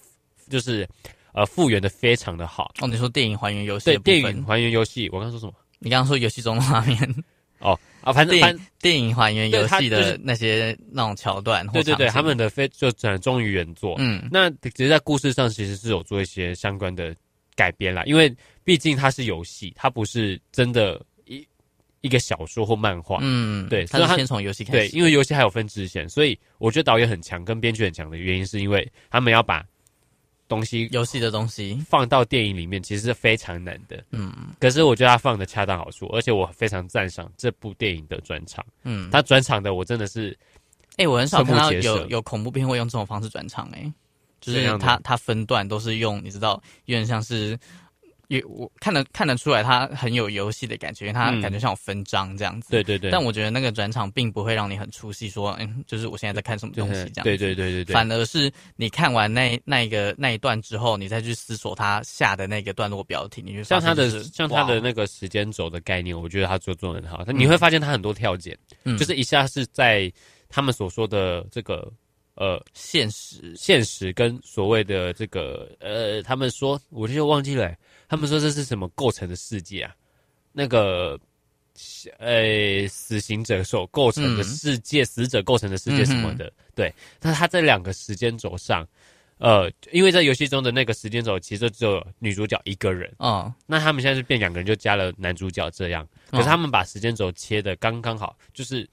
[SPEAKER 3] 就是呃复原的非常的好。
[SPEAKER 1] 哦，你说电影还原游戏
[SPEAKER 3] 对
[SPEAKER 1] 的部
[SPEAKER 3] 电
[SPEAKER 1] 分，
[SPEAKER 3] 影还原游戏，我刚刚说什么？
[SPEAKER 1] 你刚刚说游戏中的画面。
[SPEAKER 3] 哦啊，反正
[SPEAKER 1] 电
[SPEAKER 3] 反
[SPEAKER 1] 影电影还原游戏
[SPEAKER 3] 对它就
[SPEAKER 1] 的
[SPEAKER 3] 是
[SPEAKER 1] 那些那种桥段或
[SPEAKER 3] 对对对，
[SPEAKER 1] 场景
[SPEAKER 3] 他们的非就很忠于原作。
[SPEAKER 1] 嗯
[SPEAKER 3] 那其实，在故事上其实是有做一些相关的改编啦，因为毕竟它是游戏，它不是真的一一个小说或漫画。
[SPEAKER 1] 嗯，
[SPEAKER 3] 对
[SPEAKER 1] 他
[SPEAKER 3] 所以
[SPEAKER 1] 是
[SPEAKER 3] 它
[SPEAKER 1] 先从游戏开
[SPEAKER 3] 对，
[SPEAKER 1] 始，
[SPEAKER 3] 因为游戏还有分支线，所以我觉得导演很强，跟编剧很强的原因是因为他们要把东西
[SPEAKER 1] 游戏的东西，
[SPEAKER 3] 放到电影里面，其实是非常难的。
[SPEAKER 1] 嗯
[SPEAKER 3] 可是我觉得他放的恰到好处，而且我非常赞赏这部电影的转场。
[SPEAKER 1] 嗯，
[SPEAKER 3] 他转场的我真的是
[SPEAKER 1] 哎、我很少看到
[SPEAKER 3] 瞠目结舌
[SPEAKER 1] 有有恐怖片会用这种方式转场、哎，就
[SPEAKER 3] 怎
[SPEAKER 1] 是
[SPEAKER 3] 样的
[SPEAKER 1] 它它分段都是用，你知道，有点像是。也我看得看得出来，它很有游戏的感觉，因为它
[SPEAKER 3] 嗯
[SPEAKER 1] 感觉像有分章这样子。
[SPEAKER 3] 对对对，
[SPEAKER 1] 但我觉得那个转场并不会让你很出戏，说嗯，就是我现在在看什么
[SPEAKER 3] 就
[SPEAKER 1] 东
[SPEAKER 3] 是
[SPEAKER 1] 西这样子。
[SPEAKER 3] 对对对对对，
[SPEAKER 1] 反而是你看完那那一个那一段之后，你再去思索他下的那个段落标题，你就哦
[SPEAKER 3] 像他的像他的
[SPEAKER 1] 那
[SPEAKER 3] 那个时间轴的概念，我觉得他做做得很好。他你会发现他很多跳剪，
[SPEAKER 1] 嗯
[SPEAKER 3] 就是一下是在他们所说的这个呃
[SPEAKER 1] 现实
[SPEAKER 3] 现实跟所谓的这个呃，他们说我就忘记了欸、他们说这是什么构成的世界啊？那个呃，死刑者所构成
[SPEAKER 1] 嗯
[SPEAKER 3] 的世界，死者构成的世界什么的，对。但他在两个时间轴上，呃，因为在游戏中的那个时间轴其实就只有女主角一个人，
[SPEAKER 1] 哦，
[SPEAKER 3] 那他们现在是变两个人，就加了男主角这样。
[SPEAKER 1] 嗯
[SPEAKER 3] 可是他们把时间轴切的刚刚好，就是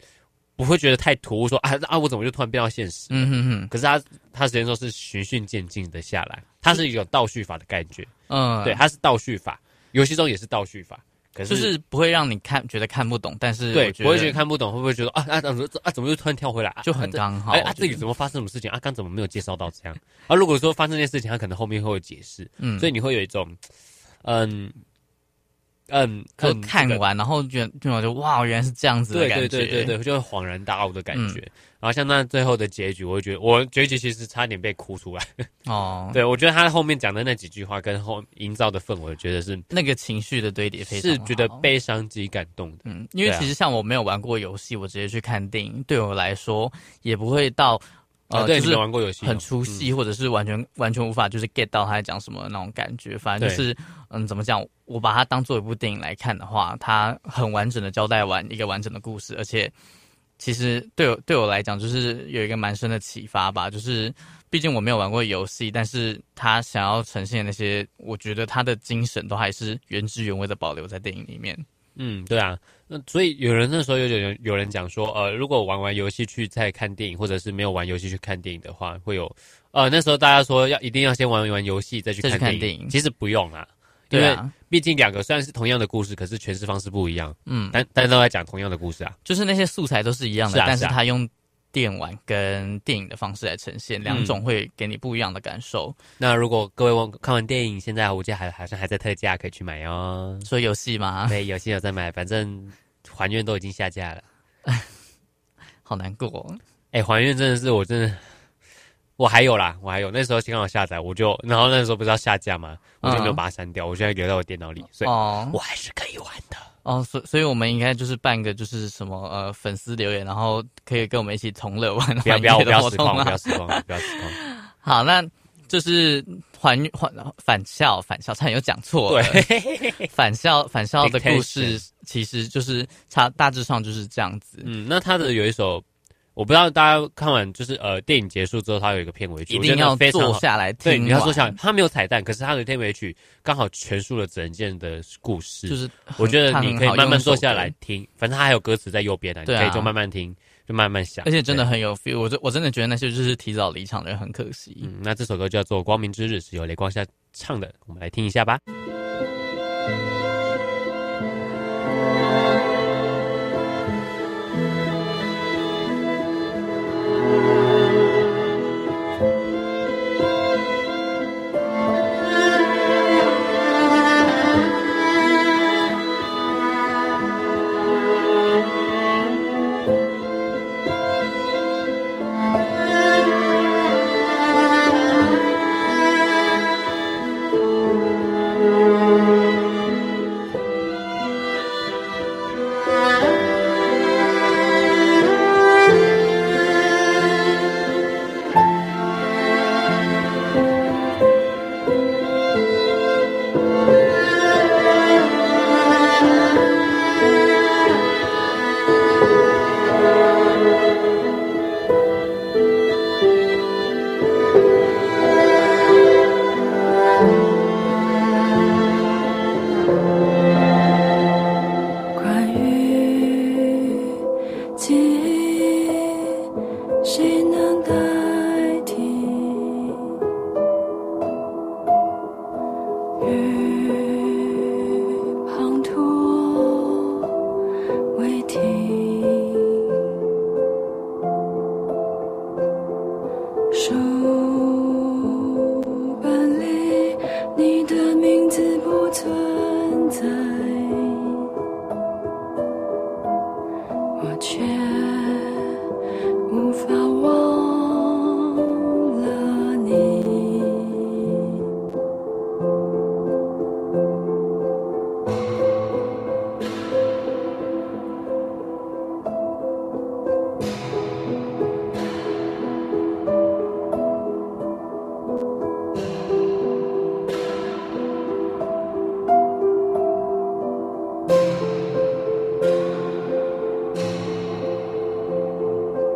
[SPEAKER 3] 不会觉得太突兀，说啊啊，我怎么就突然变到现实？
[SPEAKER 1] 嗯哼哼，
[SPEAKER 3] 可是他他时间轴是循序渐进的下来，它是一种倒叙法的感觉，
[SPEAKER 1] 嗯，
[SPEAKER 3] 对，，它是倒叙法，游戏中也是倒叙法，可是
[SPEAKER 1] 就是不会让你看觉得看不懂，但是
[SPEAKER 3] 对
[SPEAKER 1] 我，觉
[SPEAKER 3] 不会觉得
[SPEAKER 1] 得
[SPEAKER 3] 看不懂，会不会觉得啊啊怎么啊怎么又突然跳回来，啊
[SPEAKER 1] 就很
[SPEAKER 3] 啊
[SPEAKER 1] 刚
[SPEAKER 3] 这
[SPEAKER 1] 好。
[SPEAKER 3] 哎
[SPEAKER 1] 我
[SPEAKER 3] 啊
[SPEAKER 1] 觉
[SPEAKER 3] 这里
[SPEAKER 1] 得
[SPEAKER 3] 怎么发生什么事情啊？刚怎么没有介绍到这样？啊，如果说发生这件事情，他可能后面会有解释，
[SPEAKER 1] 嗯，
[SPEAKER 3] 所以你会有一种嗯嗯，
[SPEAKER 1] 可
[SPEAKER 3] 嗯
[SPEAKER 1] 看
[SPEAKER 3] 这个
[SPEAKER 1] 完然后觉得我就哇，原来是这样子的
[SPEAKER 3] 对
[SPEAKER 1] 感
[SPEAKER 3] 对
[SPEAKER 1] 觉，嗯
[SPEAKER 3] 对对对，就会恍然大悟的感觉。然后像那最后的结局，我会觉得我结局其实差点被哭出来。
[SPEAKER 1] 哦，
[SPEAKER 3] 对我觉得他后面讲的那几句话跟后营造的氛围，我觉得是
[SPEAKER 1] 那个情绪的堆叠非常
[SPEAKER 3] 是觉得
[SPEAKER 1] 好
[SPEAKER 3] 悲伤及感动的。
[SPEAKER 1] 嗯，因为
[SPEAKER 3] 对啊
[SPEAKER 1] 其实像我没有玩过游戏，我直接去看电影，对我来说也不会到呃，
[SPEAKER 3] 啊，对，
[SPEAKER 1] 就是
[SPEAKER 3] 你们玩过游戏哦
[SPEAKER 1] 很出戏，或者是完全完全无法就是 get 到他在讲什么的那种感觉。反正就是嗯，怎么讲？我把它当做一部电影来看的话，它很完整的交代完一个完整的故事，而且其实对我对我来讲，就是有一个蛮深的启发吧。就是毕竟我没有玩过游戏，但是他想要呈现的那些，我觉得他的精神都还是原汁原味的保留在电影里面。
[SPEAKER 3] 嗯，对啊，那所以有人那时候有有人有人讲说，呃，如果玩完游戏去再看电影，或者是没有玩游戏去看电影的话，会有呃那时候大家说要一定要先玩玩游戏再去
[SPEAKER 1] 再去
[SPEAKER 3] 看电
[SPEAKER 1] 看
[SPEAKER 3] 影，
[SPEAKER 1] 电影
[SPEAKER 3] 其实不用啦，因
[SPEAKER 1] 对
[SPEAKER 3] 为
[SPEAKER 1] 啊，
[SPEAKER 3] 毕竟两个虽然是同样的故事，可是诠释方式不一样，
[SPEAKER 1] 嗯，
[SPEAKER 3] 但但都在讲同样的故事啊。
[SPEAKER 1] 就是那些素材都是一样的，
[SPEAKER 3] 是啊
[SPEAKER 1] 但是
[SPEAKER 3] 是啊
[SPEAKER 1] 它用电玩跟电影的方式来呈现，两种会给你不一样的感受。
[SPEAKER 3] 那如果各位玩看完电影，现在我记得还好像还在特价，可以去买哦。
[SPEAKER 1] 所以游戏嘛，
[SPEAKER 3] 对，有些有在买，反正还愿都已经下架了。
[SPEAKER 1] 好难过哦、
[SPEAKER 3] 哎、还愿真的是我真的，我还有啦，我还有那时候刚好下载，我就然后那时候不是要下架吗？我就没有把它删掉，我现在留在我电脑里，所以我
[SPEAKER 1] 嗯哦
[SPEAKER 3] 还是可以玩的。
[SPEAKER 1] 哦，所所以我们应该就是办个就是什么呃粉丝留言，然后可以跟我们一起同乐玩
[SPEAKER 3] 不要
[SPEAKER 1] 玩
[SPEAKER 3] 不
[SPEAKER 1] 乐
[SPEAKER 3] 要，我不
[SPEAKER 1] 的
[SPEAKER 3] 要
[SPEAKER 1] 活
[SPEAKER 3] 失
[SPEAKER 1] 动
[SPEAKER 3] 控，我不
[SPEAKER 1] 啊
[SPEAKER 3] 要。失控，我不要失控。
[SPEAKER 1] 好，那就是还还返校返校，差点又讲错了。
[SPEAKER 3] 对，
[SPEAKER 1] 返校返校的故事
[SPEAKER 3] Dictation
[SPEAKER 1] 其实就是差大致上就是这样子，
[SPEAKER 3] 嗯，那他的有一首，我不知道大家看完就是呃电影结束之后，他有一个片尾曲，
[SPEAKER 1] 一
[SPEAKER 3] 我觉
[SPEAKER 1] 定
[SPEAKER 3] 得
[SPEAKER 1] 要
[SPEAKER 3] 非常
[SPEAKER 1] 坐
[SPEAKER 3] 好。
[SPEAKER 1] 下来听
[SPEAKER 3] 对，
[SPEAKER 1] 完。
[SPEAKER 3] 你要说想，他没有彩蛋，可是他的片尾曲刚好诠述了整件的故事。
[SPEAKER 1] 就是很
[SPEAKER 3] 我觉得你可以慢慢坐下。
[SPEAKER 1] 很好用手
[SPEAKER 3] 来
[SPEAKER 1] 的
[SPEAKER 3] 听，反正它还有歌词在右边呢，你
[SPEAKER 1] 对啊
[SPEAKER 3] 可以就慢慢听，就慢慢想。
[SPEAKER 1] 而且真的
[SPEAKER 3] 对，
[SPEAKER 1] 很有 feel，我真我真的觉得那些就是提早离场的人很可惜。
[SPEAKER 3] 嗯，那这首歌叫做《光明之日》，是由雷光夏唱的，我们来听一下吧。
[SPEAKER 5] 关于记忆，谁能代替？与滂沱为题，书本里你的名字不存在。我却无法忘了你。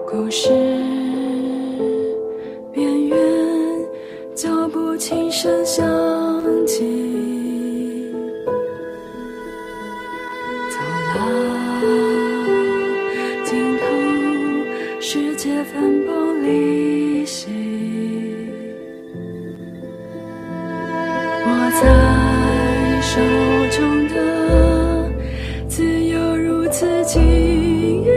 [SPEAKER 5] 故事边缘，脚步轻声响起。走廊尽头，世界分崩离析。握在手中的自由如此轻易，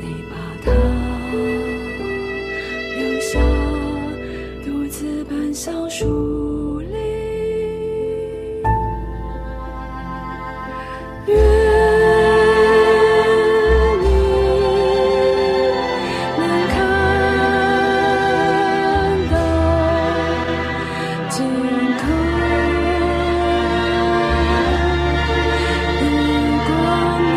[SPEAKER 5] 你把它留下，独自奔向树林。愿你能看到尽头的光明。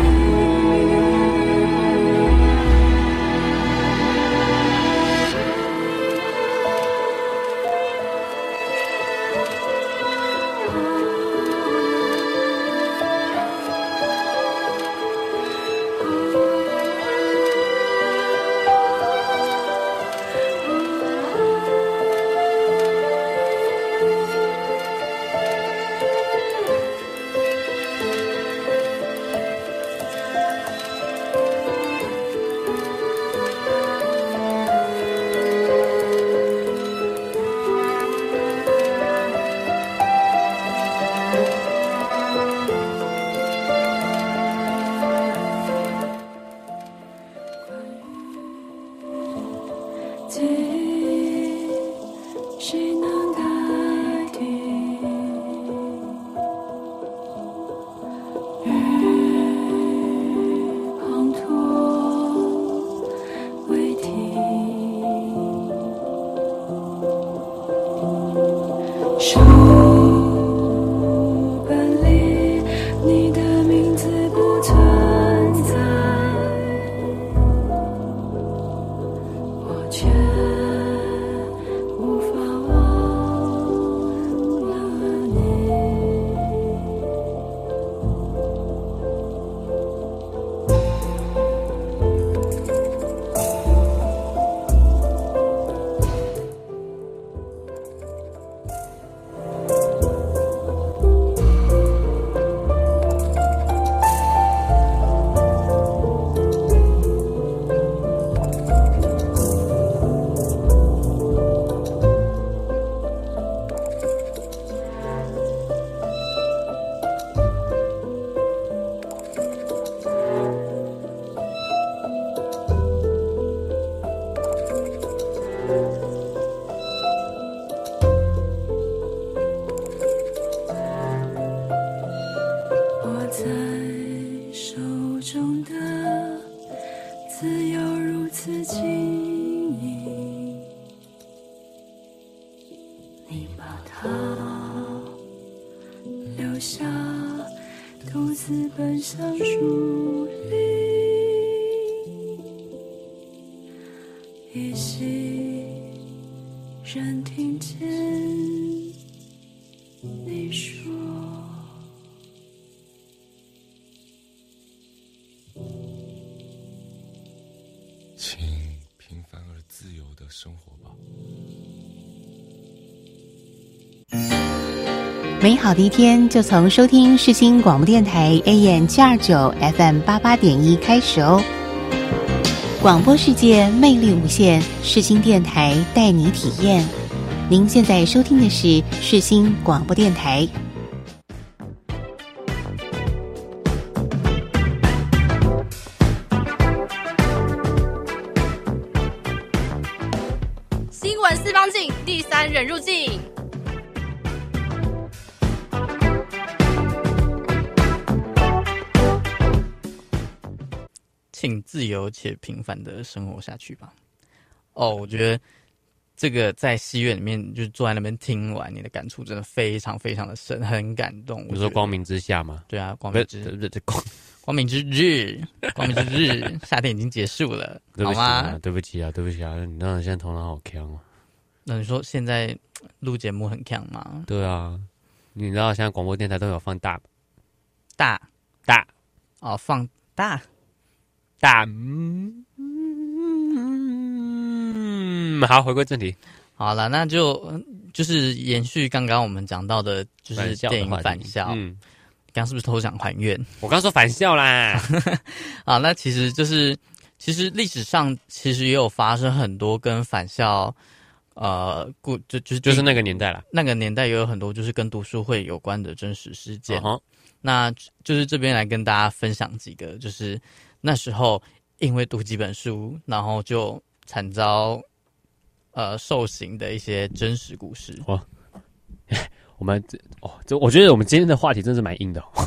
[SPEAKER 5] 记忆谁能代替？与滂沱为题，书本里你的名字不存在。我却无法忘了你。握在手中的自由如此轻易，你把它留下，独自奔向树林，依稀仍听见你说。
[SPEAKER 6] 请平凡而自由的生活吧。
[SPEAKER 7] 美好的一天就从收听世新广播电台 AM 七二九 FM 八八点一开始哦。广播世界魅力无限，世新电台带你体验。您现在收听的是世新广播电台。
[SPEAKER 8] 新闻四方镜，第三人入境。
[SPEAKER 1] 请自由且平凡的生活下去吧。哦，我觉得这个在戏院里面，你就坐在那边听完，你的感触真的非常非常的深，很感动。
[SPEAKER 3] 你
[SPEAKER 1] 我
[SPEAKER 3] 说
[SPEAKER 1] 说
[SPEAKER 3] 光明之下吗？
[SPEAKER 1] 对啊，光
[SPEAKER 3] 不是
[SPEAKER 1] 明
[SPEAKER 3] 不
[SPEAKER 1] 之
[SPEAKER 3] 是不是光，
[SPEAKER 1] 光明之日，光明之日，夏天已经结束了，
[SPEAKER 3] 对
[SPEAKER 1] 好
[SPEAKER 3] 不起啊
[SPEAKER 1] 吗？，
[SPEAKER 3] 对不起啊，对不起啊，你让人现在头脑好强哦。
[SPEAKER 1] 那你说现在呃录节目很强吗？
[SPEAKER 3] 对啊，你知道现在广播电台都有放大
[SPEAKER 1] 大
[SPEAKER 3] 大
[SPEAKER 1] 哦，放大
[SPEAKER 3] 大。嗯嗯，好，回归正题。
[SPEAKER 1] 好了，那就嗯就是延续刚刚我们讲到的，就
[SPEAKER 3] 返
[SPEAKER 1] 是
[SPEAKER 3] 校的
[SPEAKER 1] 电影
[SPEAKER 3] 话题
[SPEAKER 1] 返校，刚
[SPEAKER 3] 嗯，
[SPEAKER 1] 刚是不是偷讲还愿？
[SPEAKER 3] 我刚说返校 啦。
[SPEAKER 1] 啊，那其实就是，其实历史上其实也有发生很多跟返校，呃，故就就是
[SPEAKER 3] 就是
[SPEAKER 1] 那
[SPEAKER 3] 那个年代 啦。
[SPEAKER 1] 那个年代也有很多就是跟读书会有关的真实事件。
[SPEAKER 3] 嗯哼
[SPEAKER 1] 那就是这边来跟大家分享几个，就是那时候因为读几本书，然后就惨遭呃受刑的一些真实故事。
[SPEAKER 3] 我们这哦，这我觉得我们今天的话题真是蛮硬的哦、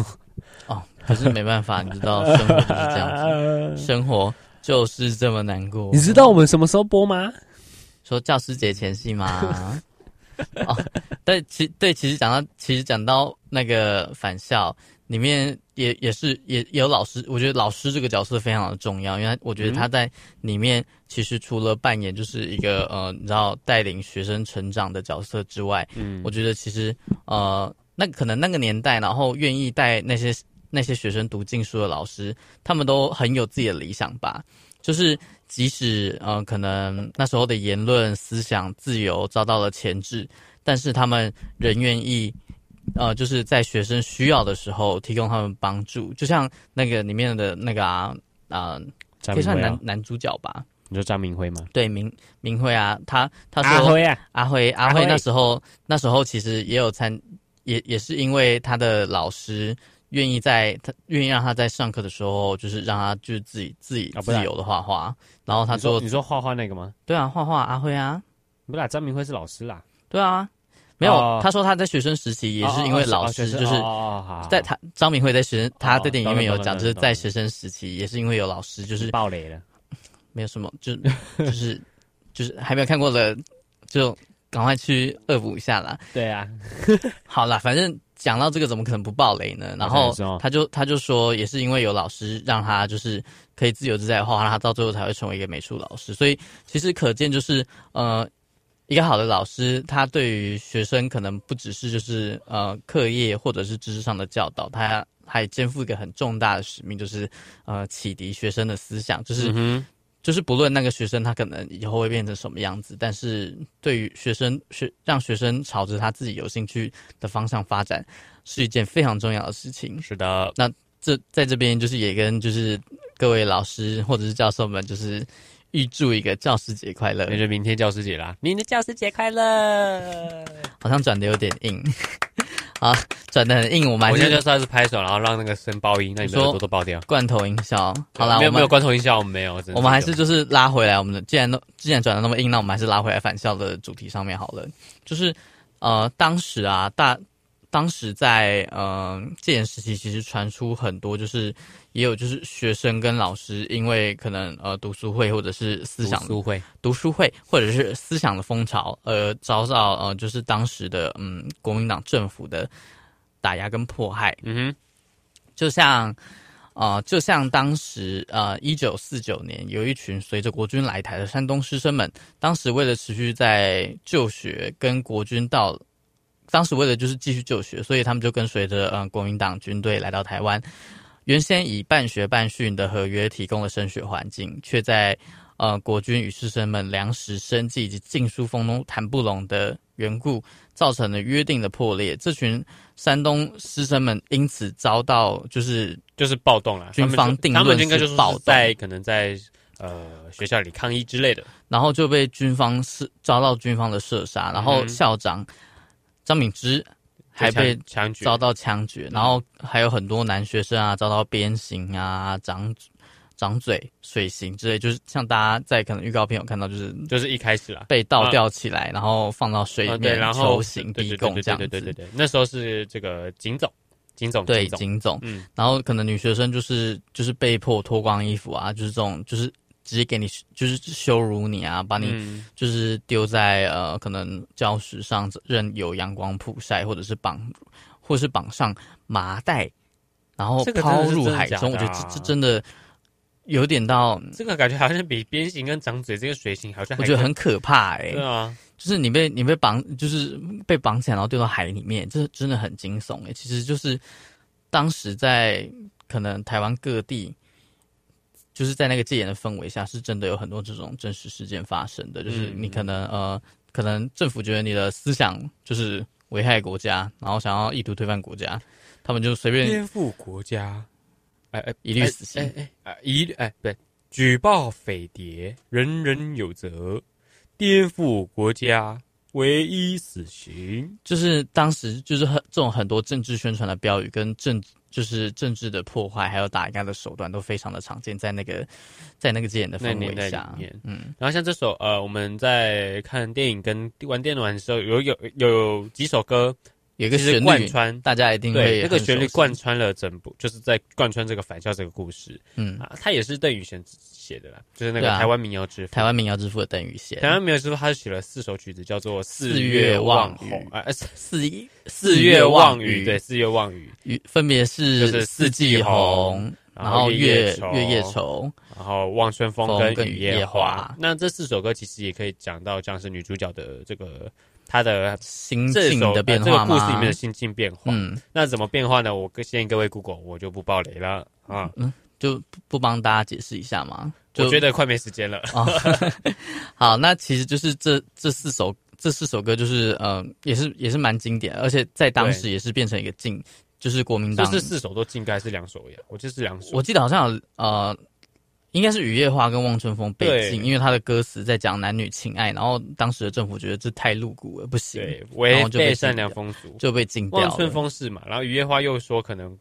[SPEAKER 1] 哦，可是没办法，你知道生活就是这
[SPEAKER 3] 啊
[SPEAKER 1] 样子，生活就是这么难过。
[SPEAKER 3] 你知道我们什么时候播吗？
[SPEAKER 1] 说教师节前夕吗？哦，对，其对，其实讲到，其实讲到那个返校里面也也是也也有老师，我觉得老师这个角色非常的重要，因为我觉得他在里面其实除了扮演就是一个呃，你知道带领学生成长的角色之外，
[SPEAKER 3] 嗯
[SPEAKER 1] 我觉得其实呃，那可能那个年代，然后愿意带那些那些学生读禁书的老师，他们都很有自己的理想吧。就是即使呃，可能那时候的言论思想自由遭到了钳制，但是他们仍愿意。呃，就是在学生需要的时候提供他们帮助，就像那个里面的那个啊啊、
[SPEAKER 3] 张
[SPEAKER 1] 可以
[SPEAKER 3] 明
[SPEAKER 1] 算
[SPEAKER 3] 辉、
[SPEAKER 1] 男
[SPEAKER 3] 啊，
[SPEAKER 1] 男主角吧？
[SPEAKER 3] 你说张明辉吗？
[SPEAKER 1] 对，明明慧啊，他他说
[SPEAKER 3] 啊，
[SPEAKER 1] 阿辉，阿
[SPEAKER 3] 辉
[SPEAKER 1] 辉那时候那时候其实也有参，也也是因为他的老师愿意在他愿意让他在上课的时候，就是让他就是自己自己
[SPEAKER 3] 啊不
[SPEAKER 1] 自
[SPEAKER 3] 然
[SPEAKER 1] 由的画画，然后他
[SPEAKER 3] 你说
[SPEAKER 1] 做
[SPEAKER 3] 你说画画那个吗？
[SPEAKER 1] 对啊，画画阿辉啊，
[SPEAKER 3] 不啦，张明辉是老师啦，
[SPEAKER 1] 对啊，没有，
[SPEAKER 3] 哦
[SPEAKER 1] 他说他在学生时期也是因为老师就是。
[SPEAKER 3] 哦
[SPEAKER 1] 在他张明慧在学生，他在电影里面有
[SPEAKER 3] 懂了懂
[SPEAKER 1] 讲，
[SPEAKER 3] 了
[SPEAKER 1] 就是
[SPEAKER 3] 懂了
[SPEAKER 1] 在学生时期也是因为有老师，就是
[SPEAKER 3] 暴雷了，
[SPEAKER 1] 没有什么，就就是就是还没有看过的，就赶快去恶补一下啦。
[SPEAKER 3] 对啊，
[SPEAKER 1] 好啦，反正讲到这个，怎么可能不爆雷呢？然
[SPEAKER 3] 好像也
[SPEAKER 1] 后
[SPEAKER 3] 是哦
[SPEAKER 1] 他就他就说，也是因为有老师让他就是可以自由自在的画，让他到最后才会成为一个美术老师。所以其实可见就是呃，一个好的老师，他对于学生可能不只是就是呃课业或者是知识上的教导，他还肩负一个很重大的使命，就是呃启迪学生的思想，就是、
[SPEAKER 3] 嗯
[SPEAKER 1] 就是不论那个学生他可能以后会变成什么样子，但是对于学生学让学生朝着他自己有兴趣的方向发展，是一件非常重要的事情
[SPEAKER 3] 哼，。是的，
[SPEAKER 1] 这在这边就是也跟就是各位老师或者是教授们就是预祝一个教师节快乐。
[SPEAKER 3] 那就明天教师节啦，明天教师节快乐！
[SPEAKER 1] 好像转的有点硬， 啊，转的很硬，我们
[SPEAKER 3] 我
[SPEAKER 1] 还
[SPEAKER 3] 现在就是是要是拍手，然后让那个声爆音，让你的
[SPEAKER 1] 你说
[SPEAKER 3] 耳朵都爆掉。
[SPEAKER 1] 罐头营销。好啦，
[SPEAKER 3] 没有
[SPEAKER 1] 我
[SPEAKER 3] 没
[SPEAKER 1] 们
[SPEAKER 3] 有关头音效，我们没有，真的
[SPEAKER 1] 我们还是
[SPEAKER 3] 没有
[SPEAKER 1] 就是拉回来我们的，既然都既然转的那么硬，那我们还是拉回来返校的主题上面好了。就是呃，当时啊，大当时在呃戒严时期，其实传出很多，就是也有就是学生跟老师因为可能呃读书会或者是思想
[SPEAKER 3] 读书会，
[SPEAKER 1] 读书会或者是思想的风潮，呃，遭到呃就是当时的嗯国民党政府的打压跟迫害。
[SPEAKER 3] 嗯
[SPEAKER 1] 就像呃，就像当时呃，一九四九年，有一群随着国军来台的山东师生们，当时为了持续在就学跟国军到，当时为了就是继续就学，所以他们就跟随着呃国民党军队来到台湾。原先以办学办训的合约提供了升学环境，却在呃国军与师生们粮食、生计以及禁书风中谈不拢的缘故，造成了约定的破裂。这群山东师生们因此遭到就是
[SPEAKER 3] 哼，就是暴动啦。
[SPEAKER 1] 军方定
[SPEAKER 3] 他们
[SPEAKER 1] 论
[SPEAKER 3] 就是应该就是
[SPEAKER 1] 暴
[SPEAKER 3] 是
[SPEAKER 1] 动
[SPEAKER 3] 在可能在呃学校里抗议之类的。
[SPEAKER 1] 然后就被军方是遭到军方的射杀，然后
[SPEAKER 3] 嗯
[SPEAKER 1] 校长张敏之还被
[SPEAKER 3] 就枪枪决嗯
[SPEAKER 1] 遭到枪决，然后还有很多男学生啊遭到鞭刑啊、掌掌嘴、水刑之类，就是像大家在可能预告片有看到，就是
[SPEAKER 3] 就是一开始啦，
[SPEAKER 1] 被倒吊起来，然后放到水
[SPEAKER 3] 啊
[SPEAKER 1] 里
[SPEAKER 3] 对，
[SPEAKER 1] 面
[SPEAKER 3] 然后
[SPEAKER 1] 球刑
[SPEAKER 3] 对
[SPEAKER 1] 逼
[SPEAKER 3] 对
[SPEAKER 1] 供
[SPEAKER 3] 对
[SPEAKER 1] 这样
[SPEAKER 3] 对对对
[SPEAKER 1] 子。
[SPEAKER 3] 对对，那时候是这个警总，警总，
[SPEAKER 1] 对
[SPEAKER 3] 总，
[SPEAKER 1] 警总，
[SPEAKER 3] 嗯，
[SPEAKER 1] 然后可能女学生就是就是被迫脱光衣服啊，就是这种就是直接给你就是羞辱你啊，把你
[SPEAKER 3] 嗯
[SPEAKER 1] 就是丢在呃可能礁石上，任由阳光曝晒，或者是绑，或是绑上麻袋，然后
[SPEAKER 3] 这个真
[SPEAKER 1] 抛
[SPEAKER 3] 的是
[SPEAKER 1] 入
[SPEAKER 3] 真的
[SPEAKER 1] 海
[SPEAKER 3] 假
[SPEAKER 1] 中。
[SPEAKER 3] 的
[SPEAKER 1] 我觉得这
[SPEAKER 3] 啊
[SPEAKER 1] 这真的有点到，
[SPEAKER 3] 这个感觉好像比鞭刑跟掌嘴这个水刑好像
[SPEAKER 1] 嗯
[SPEAKER 3] 还
[SPEAKER 1] 我觉得很可怕哎、
[SPEAKER 3] 对啊，
[SPEAKER 1] 就是你被你被绑，就是被绑起来，然后丢到海里面，这真的很惊悚诶、欸其实就是当时在可能台湾各地就是在那个戒严的氛围下，是真的有很多这种真实事件发生的。就是
[SPEAKER 3] 嗯
[SPEAKER 1] 你可能呃，可能政府觉得你的思想就是危害国家，然后想要意图推翻国家，他们就随便
[SPEAKER 3] 颠覆国家，哎哎，
[SPEAKER 1] 一律死刑
[SPEAKER 3] 哎哎哎，一律哎对，举报匪谍，人人有责，颠覆国家唯一死刑。
[SPEAKER 1] 就是当时就是很这种很多政治宣传的标语跟政就是政治的破坏，还有打压的手段都非常的常见，在那个在那个戒严的
[SPEAKER 3] 那
[SPEAKER 1] 氛
[SPEAKER 3] 年代
[SPEAKER 1] 围
[SPEAKER 3] 里
[SPEAKER 1] 下
[SPEAKER 3] 面，
[SPEAKER 1] 嗯，
[SPEAKER 3] 然后像这首呃，我们在看电影跟玩电玩的时候，有有有几首歌
[SPEAKER 1] 有一个
[SPEAKER 3] 其实
[SPEAKER 1] 旋
[SPEAKER 3] 贯
[SPEAKER 1] 律，
[SPEAKER 3] 穿。
[SPEAKER 1] 大家一定
[SPEAKER 3] 对，
[SPEAKER 1] 会
[SPEAKER 3] 那个
[SPEAKER 1] 很
[SPEAKER 3] 旋律
[SPEAKER 1] 熟悉
[SPEAKER 3] 贯，穿了整部，就是在贯穿这个返校这个故事
[SPEAKER 1] 嗯，
[SPEAKER 3] 啊，它也是邓宇贤写的啦，就是那个
[SPEAKER 1] 对啊
[SPEAKER 3] 台湾民谣之父。
[SPEAKER 1] 台湾民谣之父的邓宇贤，
[SPEAKER 3] 台湾民谣之父他写了四首曲子，叫做《四
[SPEAKER 1] 月
[SPEAKER 3] 望
[SPEAKER 1] 望
[SPEAKER 3] 红
[SPEAKER 1] 雨》
[SPEAKER 3] 啊，呃四
[SPEAKER 1] 四一
[SPEAKER 3] 四月望雨，对，，四月望雨，
[SPEAKER 1] 雨分别
[SPEAKER 3] 就是
[SPEAKER 1] 是
[SPEAKER 3] 四
[SPEAKER 1] 四
[SPEAKER 3] 季
[SPEAKER 1] 季
[SPEAKER 3] 红
[SPEAKER 1] 红，然后
[SPEAKER 3] 月
[SPEAKER 1] 月
[SPEAKER 3] 月
[SPEAKER 1] 月
[SPEAKER 3] 夜
[SPEAKER 1] 夜愁，
[SPEAKER 3] 然后《望春风》
[SPEAKER 1] 风
[SPEAKER 3] 跟
[SPEAKER 1] 跟
[SPEAKER 3] 《雨
[SPEAKER 1] 雨夜
[SPEAKER 3] 夜花
[SPEAKER 1] 花》。
[SPEAKER 3] 那这四首歌其实也可以讲到，像是女主角的这个她的
[SPEAKER 1] 心
[SPEAKER 3] 这
[SPEAKER 1] 境
[SPEAKER 3] 首
[SPEAKER 1] 的变
[SPEAKER 3] 呃这个
[SPEAKER 1] 化
[SPEAKER 3] 故事里
[SPEAKER 1] 吗
[SPEAKER 3] 面的？心境变化。
[SPEAKER 1] 嗯，
[SPEAKER 3] 那怎么变化呢？我跟建议各位 Google，我就不爆雷了啊。
[SPEAKER 1] 就不不帮大家解释一下吗？
[SPEAKER 3] 我
[SPEAKER 1] 嗯就
[SPEAKER 3] 觉得快没时间了。
[SPEAKER 1] 哦， 好，那其实就是这这四首这四首歌，就是呃，也是也是蛮经典的，而且在当时也是变成一个禁，就是国民
[SPEAKER 3] 就
[SPEAKER 1] 党
[SPEAKER 3] 是四首都进，应该是两首呀，我就是两首。
[SPEAKER 1] 我记得好像有呃，应该是《雨夜花》跟《望春风》被禁，
[SPEAKER 3] 对
[SPEAKER 1] 因为他的歌词在讲男女情爱，然后当时的政府觉得这太露骨了，不行，
[SPEAKER 3] 对，违
[SPEAKER 1] 然后就被
[SPEAKER 3] 背
[SPEAKER 1] 禁
[SPEAKER 3] 善良
[SPEAKER 1] 掉
[SPEAKER 3] 风俗。
[SPEAKER 1] 就被禁掉了。
[SPEAKER 3] 望春风是嘛，然后雨夜花又说可能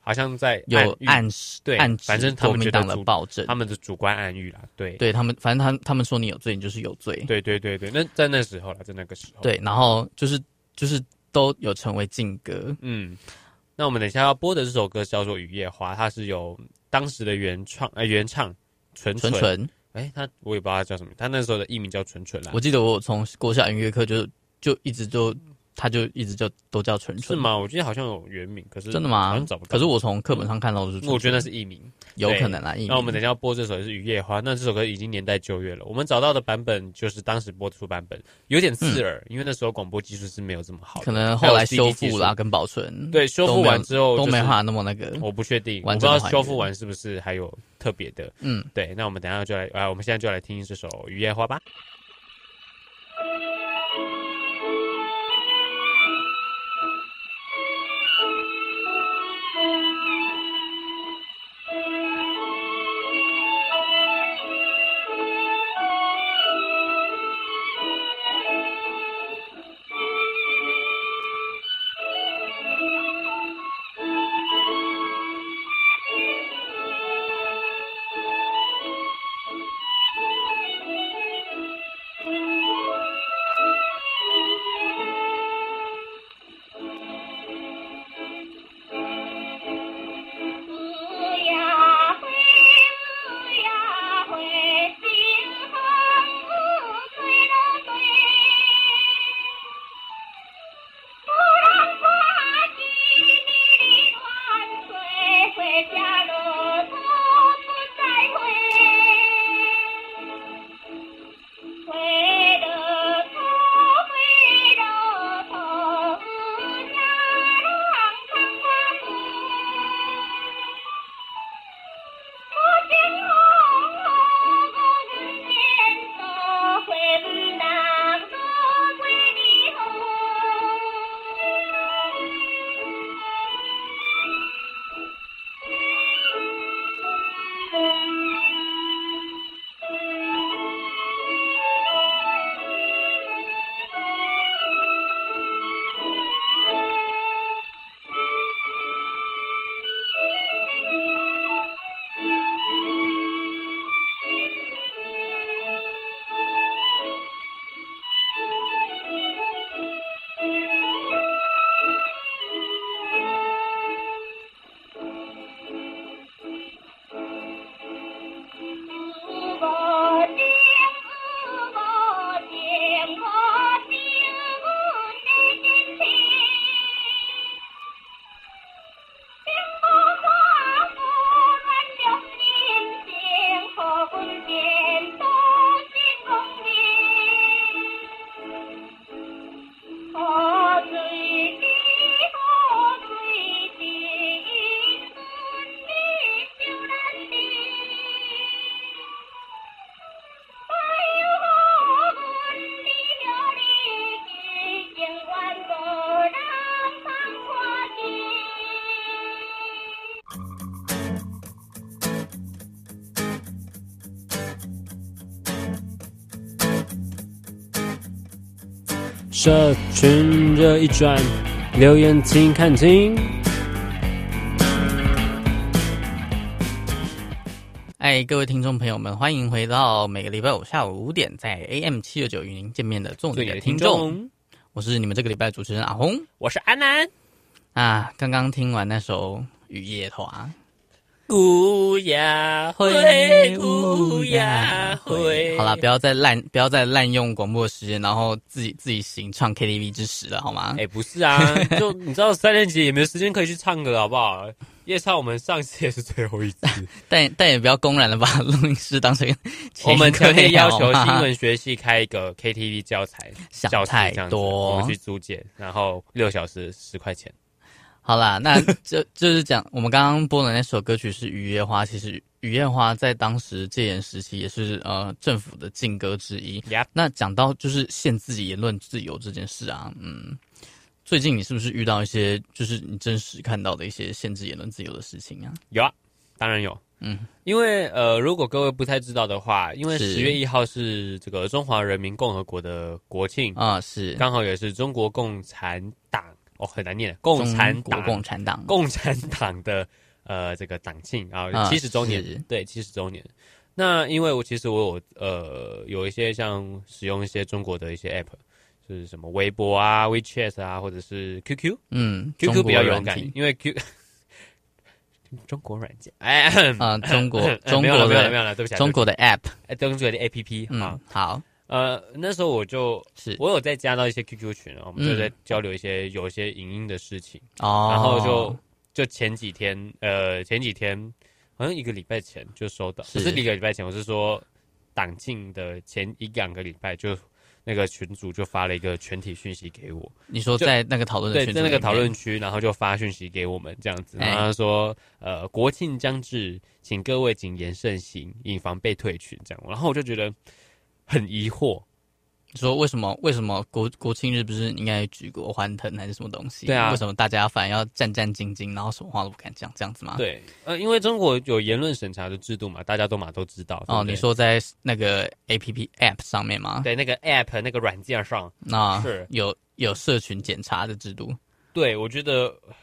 [SPEAKER 3] 好像在
[SPEAKER 1] 有
[SPEAKER 3] 喻
[SPEAKER 1] 暗示，
[SPEAKER 3] 对
[SPEAKER 1] 暗指
[SPEAKER 3] 反正他们
[SPEAKER 1] 国民
[SPEAKER 3] 觉得
[SPEAKER 1] 党的
[SPEAKER 3] 主
[SPEAKER 1] 暴政
[SPEAKER 3] 他，们的主观暗喻啦，对
[SPEAKER 1] 对他们，反正他他们说你有罪，你就是有罪，
[SPEAKER 3] 对对对对，那在那时候啦，在那个时候，，
[SPEAKER 1] 对，然后就是就是都有成为禁歌，
[SPEAKER 3] 嗯，那我们等一下要播的这首歌叫做《雨夜花》，它是由当时的原创呃原唱纯
[SPEAKER 1] 纯
[SPEAKER 3] 纯，
[SPEAKER 1] 纯。
[SPEAKER 3] 哎，他我也不知道他叫什么，他那时候的艺名叫纯纯啦啊
[SPEAKER 1] 我，记得我从国小音乐课就就一直就，他就一直就都叫纯
[SPEAKER 3] 是
[SPEAKER 1] 纯？
[SPEAKER 3] 吗？我记得好像有原名，可是
[SPEAKER 1] 真的
[SPEAKER 3] 好
[SPEAKER 1] 吗
[SPEAKER 3] 像找不？到。
[SPEAKER 1] 可是我从课本上看到的是纯纯，
[SPEAKER 3] 我觉得那是艺名，
[SPEAKER 1] 有
[SPEAKER 3] 对
[SPEAKER 1] 可能啊啦。艺
[SPEAKER 3] 那我们
[SPEAKER 1] 名
[SPEAKER 3] 等一下要播这首是《雨夜花》，那这首歌已经年代久远了。我们找到的版本就是当时播出版本，有点刺耳，因为那时候广播技术是没有这么好
[SPEAKER 1] 嗯
[SPEAKER 3] 的，
[SPEAKER 1] 可能后来
[SPEAKER 3] 还有
[SPEAKER 1] 修
[SPEAKER 3] CD 技术
[SPEAKER 1] 复啦，。跟保存，
[SPEAKER 3] 对，修复完之后、
[SPEAKER 1] 都
[SPEAKER 3] 就是、哦
[SPEAKER 1] 没办法那么那个。
[SPEAKER 3] 我不确定，我不
[SPEAKER 1] 完
[SPEAKER 3] 知
[SPEAKER 1] 整的
[SPEAKER 3] 道
[SPEAKER 1] 还原
[SPEAKER 3] 修复完是不是还有特别的。
[SPEAKER 1] 嗯，
[SPEAKER 3] 对，那我们等一下就来啊，我们现在就来听这首《雨夜花》吧。
[SPEAKER 5] 雨
[SPEAKER 9] 社群热一转，留言请看清。
[SPEAKER 1] 哎，各位听众朋友们，欢迎回到每个礼拜五下午五点在 AM 七六九与您见面的重点听众，，我是你们这个礼拜的主持人阿红
[SPEAKER 3] 我是安南。
[SPEAKER 1] 啊。刚刚听完那首《雨夜花》，
[SPEAKER 3] 姑呀
[SPEAKER 1] 灰
[SPEAKER 3] 灰，姑呀灰。
[SPEAKER 1] 好啦，不要再滥不要再滥用广播的时间，然后自己自己行唱 KTV 之时了，好吗？
[SPEAKER 3] 哎、不是啊，就你知道三年级也没有时间可以去唱歌了，好不好？夜唱我们上次也是最后一次，
[SPEAKER 1] 但但也不要公然的把录音室当成
[SPEAKER 3] 我们
[SPEAKER 1] 可
[SPEAKER 3] 强烈
[SPEAKER 1] 以
[SPEAKER 3] 要求新闻学系开一个 KTV 教材
[SPEAKER 1] 想
[SPEAKER 3] 教室
[SPEAKER 1] 太
[SPEAKER 3] 这样子
[SPEAKER 1] 多
[SPEAKER 3] 我们去租借，然后六小时十块钱。
[SPEAKER 1] 好啦，那就就是讲我们刚刚播的那首歌曲是《雨夜花》，其实《雨夜花》在当时戒严时期也是呃政府的禁歌之一。
[SPEAKER 3] Yep
[SPEAKER 1] 那讲到就是限制言论自由这件事啊，嗯，最近你是不是遇到一些就是你真实看到的一些限制言论自由的事情啊？
[SPEAKER 3] 有啊，当然有。
[SPEAKER 1] 嗯，
[SPEAKER 3] 因为呃，如果各位不太知道的话，因为
[SPEAKER 1] 是
[SPEAKER 3] 十月一号是这个中华人民共和国的国庆，
[SPEAKER 1] 啊、是
[SPEAKER 3] 刚好也是中国共产党哦，很难念，共产
[SPEAKER 1] 中国
[SPEAKER 3] 党
[SPEAKER 1] 共产党
[SPEAKER 3] 共产党的呃这个党庆啊
[SPEAKER 1] 啊
[SPEAKER 3] 七十周年，
[SPEAKER 1] 是
[SPEAKER 3] 对七十周年。那因为我其实我有呃有一些像使用一些中国的一些 app，就是什么微博啊、WeChat 啊，或者是 QQ，QQ
[SPEAKER 1] 嗯中国
[SPEAKER 3] 比较
[SPEAKER 1] 软
[SPEAKER 3] 勇敢
[SPEAKER 1] 体，
[SPEAKER 3] 因为 Q 中国软件哎咳
[SPEAKER 1] 啊、中国中
[SPEAKER 3] 没有
[SPEAKER 1] 国
[SPEAKER 3] 了没有了没
[SPEAKER 1] 的
[SPEAKER 3] 有了，对不起啊，
[SPEAKER 1] 中国的 app，
[SPEAKER 3] 对不起哎中国的 APP 啊
[SPEAKER 1] 嗯，，好
[SPEAKER 3] 呃那时候我就是我有在加到一些 QQ 群，我们就
[SPEAKER 1] 嗯
[SPEAKER 3] 在交流一些有一些影音的事情。
[SPEAKER 1] 哦，
[SPEAKER 3] 然后就就前几天，呃，前几天好像一个礼拜前就收到，
[SPEAKER 1] 是
[SPEAKER 3] 不是一个礼拜前，我是说党庆的前一两个礼拜就。那个群主就发了一个全体讯息给我，
[SPEAKER 1] 你说
[SPEAKER 3] 就
[SPEAKER 1] 在那个讨论的
[SPEAKER 3] 对，
[SPEAKER 1] 哦群
[SPEAKER 3] 在
[SPEAKER 1] 组
[SPEAKER 3] 那
[SPEAKER 1] 里
[SPEAKER 3] 个
[SPEAKER 1] 面
[SPEAKER 3] 讨论区，然后就发讯息给我们这样子，
[SPEAKER 1] 哎
[SPEAKER 3] 然后他说，呃，国庆将至，请各位谨言慎行，以防被退群这样。然后我就觉得很疑惑，
[SPEAKER 1] 你说为什么为什么国国庆日不是应该举国欢腾还是什么东西？
[SPEAKER 3] 对啊
[SPEAKER 1] 为什么大家反而要战战兢兢，然后什么话都不敢讲，这样子吗？。
[SPEAKER 3] 对，呃，因为中国有言论审查的制度嘛，大家都嘛都知道。对不
[SPEAKER 1] 哦，
[SPEAKER 3] 对
[SPEAKER 1] 你说在那个 A P P App 上面吗？，
[SPEAKER 3] 对那个 app 那个软件上，
[SPEAKER 1] 那
[SPEAKER 3] 是
[SPEAKER 1] 有有社群检查的制度，
[SPEAKER 3] 对，我觉得呃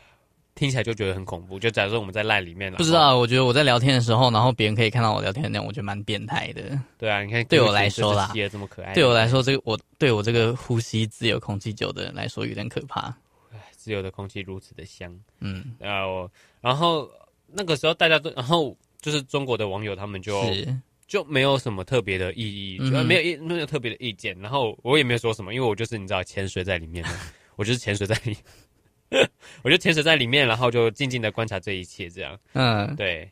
[SPEAKER 3] 听起来就觉得很恐怖。就假设我们在烂里面了，
[SPEAKER 1] 不知
[SPEAKER 3] 然后。
[SPEAKER 1] 道。我觉得我在聊天的时候，然后别人可以看到我聊天的内容，我觉得蛮变态的。
[SPEAKER 3] 对啊，你看，
[SPEAKER 1] 对我来说啦
[SPEAKER 3] 也这么可爱，
[SPEAKER 1] 对我来，说，这个我对我这个呼吸自由空气久的人来说有点可怕。
[SPEAKER 3] 自由的空气如此的香。
[SPEAKER 1] 嗯，
[SPEAKER 3] 然后，然后那个时候大家都，然后就是中国的网友他们就是就没有什么特别的意义，
[SPEAKER 1] 嗯哼
[SPEAKER 3] 就没有意没有特别的意见。然后我也没有说什么，因为我就是你知道潜水在里面的， 我就是潜水在里， 我就潜水在里面，然后就静静的观察这一切，这样
[SPEAKER 1] 嗯，
[SPEAKER 3] 对。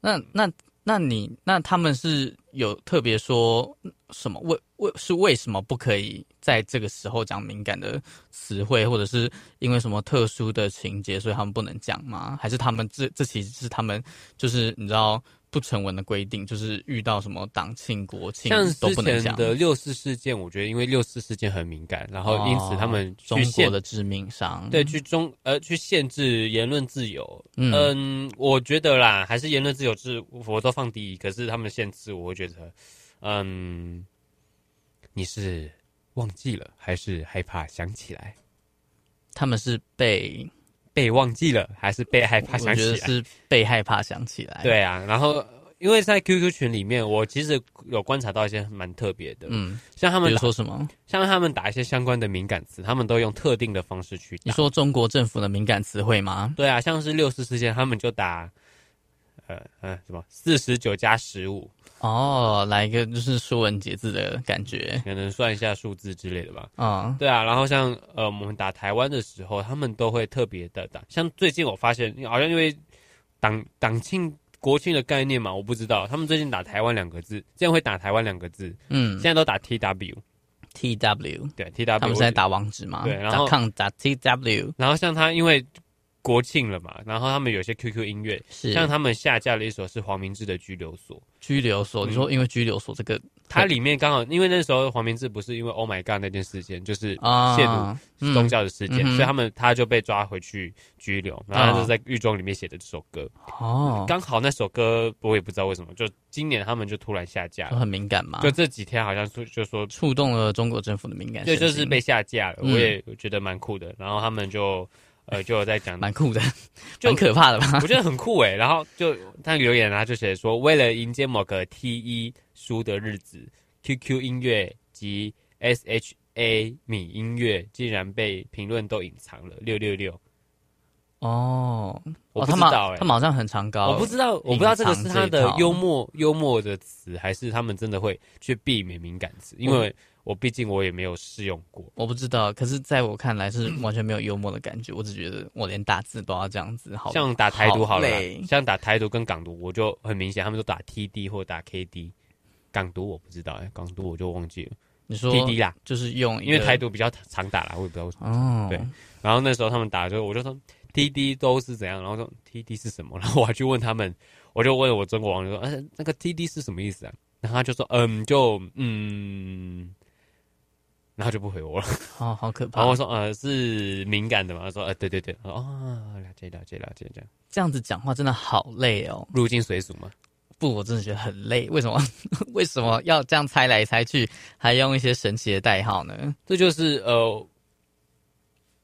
[SPEAKER 1] 那那那你那他们是有特别说什么为为是为什么不可以在这个时候讲敏感的词汇，或者是因为什么特殊的情节，所以他们不能讲吗？还是他们这这其实是他们就是你知道不成文的规定，就是遇到什么党庆、国庆
[SPEAKER 3] 像
[SPEAKER 1] 都
[SPEAKER 3] 之
[SPEAKER 1] 不能
[SPEAKER 3] 前
[SPEAKER 1] 讲
[SPEAKER 3] 的六四事件，我觉得因为六四事件很敏感，然后因此他们
[SPEAKER 1] 哦中
[SPEAKER 3] 去
[SPEAKER 1] 国
[SPEAKER 3] 限、
[SPEAKER 1] 的致命伤，
[SPEAKER 3] 对去中呃去限制言论自由。
[SPEAKER 1] 嗯
[SPEAKER 3] 嗯我觉得啦，还是言论自由是我都放第一，可是他们限制，我会觉得，嗯，你是忘记了还是害怕想起来？
[SPEAKER 1] 他们是被
[SPEAKER 3] 被忘记了还是被害怕
[SPEAKER 1] 我
[SPEAKER 3] 想
[SPEAKER 1] 觉得
[SPEAKER 3] 起来？
[SPEAKER 1] 是被害怕想起来，，
[SPEAKER 3] 对啊，然后因为在 QQ 群里面，我其实有观察到一些蛮特别的，
[SPEAKER 1] 嗯，
[SPEAKER 3] 像他
[SPEAKER 1] 比
[SPEAKER 3] 们
[SPEAKER 1] 如
[SPEAKER 3] 打
[SPEAKER 1] 说什么？
[SPEAKER 3] 像他们打一些相关的敏感词，他们都用特定的方式去打。
[SPEAKER 1] 你说中国政府的敏感词汇吗？
[SPEAKER 3] 对啊，像是六四事件，他们就打，呃呃，什么四十九加十五
[SPEAKER 1] 哦，来一个就是说文解字的感觉
[SPEAKER 3] ，15, 可能算一下数字之类的吧。
[SPEAKER 1] 啊、
[SPEAKER 3] 对啊，然后像呃，我们打台湾的时候，他们都会特别的打。像最近我发现，好像因为党党庆国庆的概念嘛，我不知道，他们最近打台湾两个字，之前会打台湾两个字，
[SPEAKER 1] 嗯，
[SPEAKER 3] 现在都打 T W，
[SPEAKER 1] T W，
[SPEAKER 3] 对 T W，
[SPEAKER 1] 他们是在打网址吗？
[SPEAKER 3] 对然后
[SPEAKER 1] 打 com 打 T W
[SPEAKER 3] 然后像他因为国庆了嘛，然后他们有些 QQ 音乐，
[SPEAKER 1] 是
[SPEAKER 3] 像他们下架了一首是黄明志的《拘留所》，
[SPEAKER 1] 拘留所。
[SPEAKER 3] 嗯
[SPEAKER 1] 你说因为拘留所这个
[SPEAKER 3] 它里面刚好因为那时候黄明志不是因为 Oh my God 那件事件，就是
[SPEAKER 1] 啊，
[SPEAKER 3] 亵渎
[SPEAKER 1] 嗯
[SPEAKER 3] 宗教的事件，
[SPEAKER 1] 嗯哼
[SPEAKER 3] 所以他们他就被抓回去拘留，然后他就在狱中里面写的这首歌，
[SPEAKER 1] 哦，
[SPEAKER 3] 刚、好那首歌我也不知道为什么，就今年他们就突然下架
[SPEAKER 1] 就
[SPEAKER 3] 了，
[SPEAKER 1] 很敏感嘛，
[SPEAKER 3] 就这几天好像就就说
[SPEAKER 1] 触动了中国政府的敏感神
[SPEAKER 3] 对，
[SPEAKER 1] 经，
[SPEAKER 3] 就是被下架了，
[SPEAKER 1] 嗯
[SPEAKER 3] 我也觉得蛮酷的，然后他们就呃就有在讲，
[SPEAKER 1] 蛮酷的，
[SPEAKER 3] 就
[SPEAKER 1] 蛮可怕的 吧？
[SPEAKER 3] 我觉得很酷欸诶，然后就他留言啊，就写说为了迎接某个 T 一书的日子，QQ 音乐及 SHA 米音乐竟然被评论都隐藏了，六六六，
[SPEAKER 1] 哦，
[SPEAKER 3] 我
[SPEAKER 1] 哦
[SPEAKER 3] 不
[SPEAKER 1] 他
[SPEAKER 3] 知
[SPEAKER 1] 们
[SPEAKER 3] 道诶，
[SPEAKER 1] 他们好像很常高，
[SPEAKER 3] 我不知道，我不知道这个是他
[SPEAKER 1] 隐藏这一
[SPEAKER 3] 的
[SPEAKER 1] 套
[SPEAKER 3] 幽默幽默的词，还是他们真的会去避免敏感词，因为我毕竟我也没有试用过。
[SPEAKER 1] 我不知道，可是在我看来是完全没有幽默的感觉，我只觉得我连打字都要这样子，哦好
[SPEAKER 3] 像打台独好了啦
[SPEAKER 1] 累
[SPEAKER 3] 像打台独跟港独，我就很明显，他们都打 TD 或打 KD。港独我不知道，哎，港独我就忘记了
[SPEAKER 1] 你说
[SPEAKER 3] TD 啦，
[SPEAKER 1] 就是用一个
[SPEAKER 3] 因为台独比较常打啦，我也不知道为什么。
[SPEAKER 1] 哦，
[SPEAKER 3] 对然后那时候他们打的时候，我就说 TD 都是怎样，然后说 TD 是什么，然后我还去问他们，我就问我中国网友说，嗯、那个 TD 是什么意思啊？然后他就说，嗯，就嗯，然后就不回我了。
[SPEAKER 1] 哦，好可怕
[SPEAKER 3] 然后。我说，呃，是敏感的嘛？他说，呃，对对对。我说哦，了解了解了解，这样
[SPEAKER 1] 这样子讲话真的好累哦。
[SPEAKER 3] 入境随俗嘛。
[SPEAKER 1] 不，我真的觉得很累。为什么？ 为什么要这样猜来猜去，还用一些神奇的代号呢？
[SPEAKER 3] 这就是呃，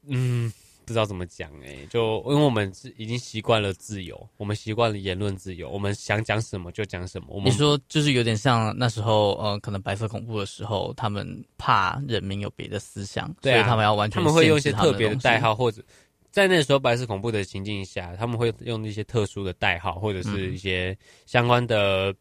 [SPEAKER 3] 嗯，不知道怎么讲哎、就因为我们是已经习惯了自由，我们习惯了言论自由，我们想讲什么就讲什么。我
[SPEAKER 1] 你
[SPEAKER 3] 们
[SPEAKER 1] 说就是有点像那时候，呃，可能白色恐怖的时候，他们怕人民有别的思想，
[SPEAKER 3] 对啊
[SPEAKER 1] 所以他们要完
[SPEAKER 3] 他
[SPEAKER 1] 全
[SPEAKER 3] 们会用一
[SPEAKER 1] 限制
[SPEAKER 3] 些特
[SPEAKER 1] 他们
[SPEAKER 3] 别的
[SPEAKER 1] 东西
[SPEAKER 3] 代，号，或者在那时候白色恐怖的情境下，他们会用一些特殊的代号或者
[SPEAKER 1] 嗯
[SPEAKER 3] 是一些相关的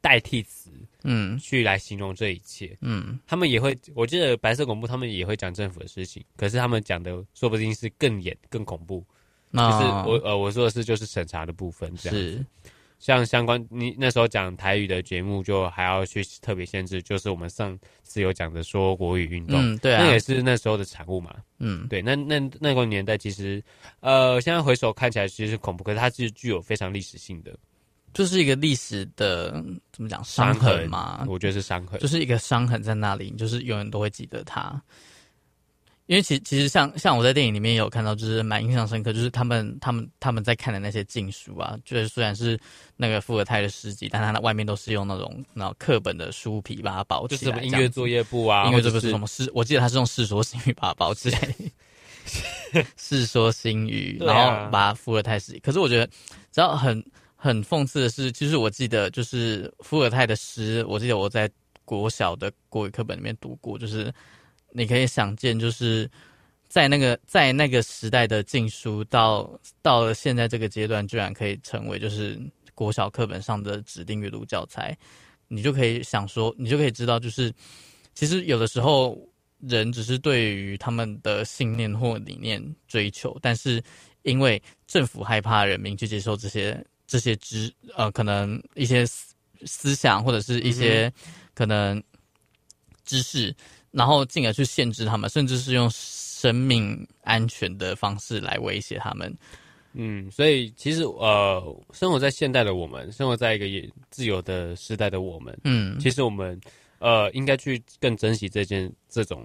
[SPEAKER 3] 代替词
[SPEAKER 1] 嗯
[SPEAKER 3] 去来形容这一切。
[SPEAKER 1] 嗯，
[SPEAKER 3] 他们也会，我记得白色恐怖他们也会讲政府的事情，可是他们讲的说不定是更严、更恐怖。就
[SPEAKER 1] 那
[SPEAKER 3] 是我呃我说的是就是审查的部分这样。
[SPEAKER 1] 啊嗯是
[SPEAKER 3] 像相关你那时候讲台语的节目，就还要去特别限制，就是我们上次有讲的说国语运动，
[SPEAKER 1] 嗯对啊
[SPEAKER 3] 那也是那时候的产物嘛。
[SPEAKER 1] 嗯
[SPEAKER 3] 对，那那那个年代其实，呃，现在回首看起来其实是恐怖，可是它是具有非常历史性的
[SPEAKER 1] 就是一个历史的嗯怎么讲伤痕嘛，
[SPEAKER 3] 我觉得是伤痕。
[SPEAKER 1] 就是一个伤痕在那里，你就是永远都会记得它。因为其其实像像我在电影里面也有看到，就是蛮印象深刻，就是他们他们他们在看的那些禁书啊，就是虽然是那个伏尔泰的诗集，但它那外面都是用那种那种课本的书皮把它包
[SPEAKER 3] 就
[SPEAKER 1] 起
[SPEAKER 3] 是
[SPEAKER 1] 来这
[SPEAKER 3] 什么
[SPEAKER 1] 样子，
[SPEAKER 3] 音乐作业部啊，
[SPEAKER 1] 因为这
[SPEAKER 3] 或者
[SPEAKER 1] 个是什么世？我记得他是用《世说新语》把它包起来， 《世说新语》，
[SPEAKER 3] 对啊
[SPEAKER 1] 然后把伏尔泰诗。可是我觉得，只要很很讽刺的是，其实我记得就是伏尔泰的诗，我记得我在国小的国语课本里面读过，就是你可以想见，就是在那个在那个时代的禁书到，到了现在这个阶段，居然可以成为就是国小课本上的指定阅读教材，你就可以想说，你就可以知道，就是其实有的时候人只是对于他们的信念或理念追求，但是因为政府害怕人民去接受这些这些知呃，可能一些思思想或者是一
[SPEAKER 3] 嗯
[SPEAKER 1] 些可能知识，然后进而去限制他们，甚至是用生命安全的方式来威胁他们。
[SPEAKER 3] 嗯，所以其实呃，生活在现代的我们，生活在一个也自由的时代的我们，
[SPEAKER 1] 嗯，
[SPEAKER 3] 其实我们呃应该去更珍惜这件这种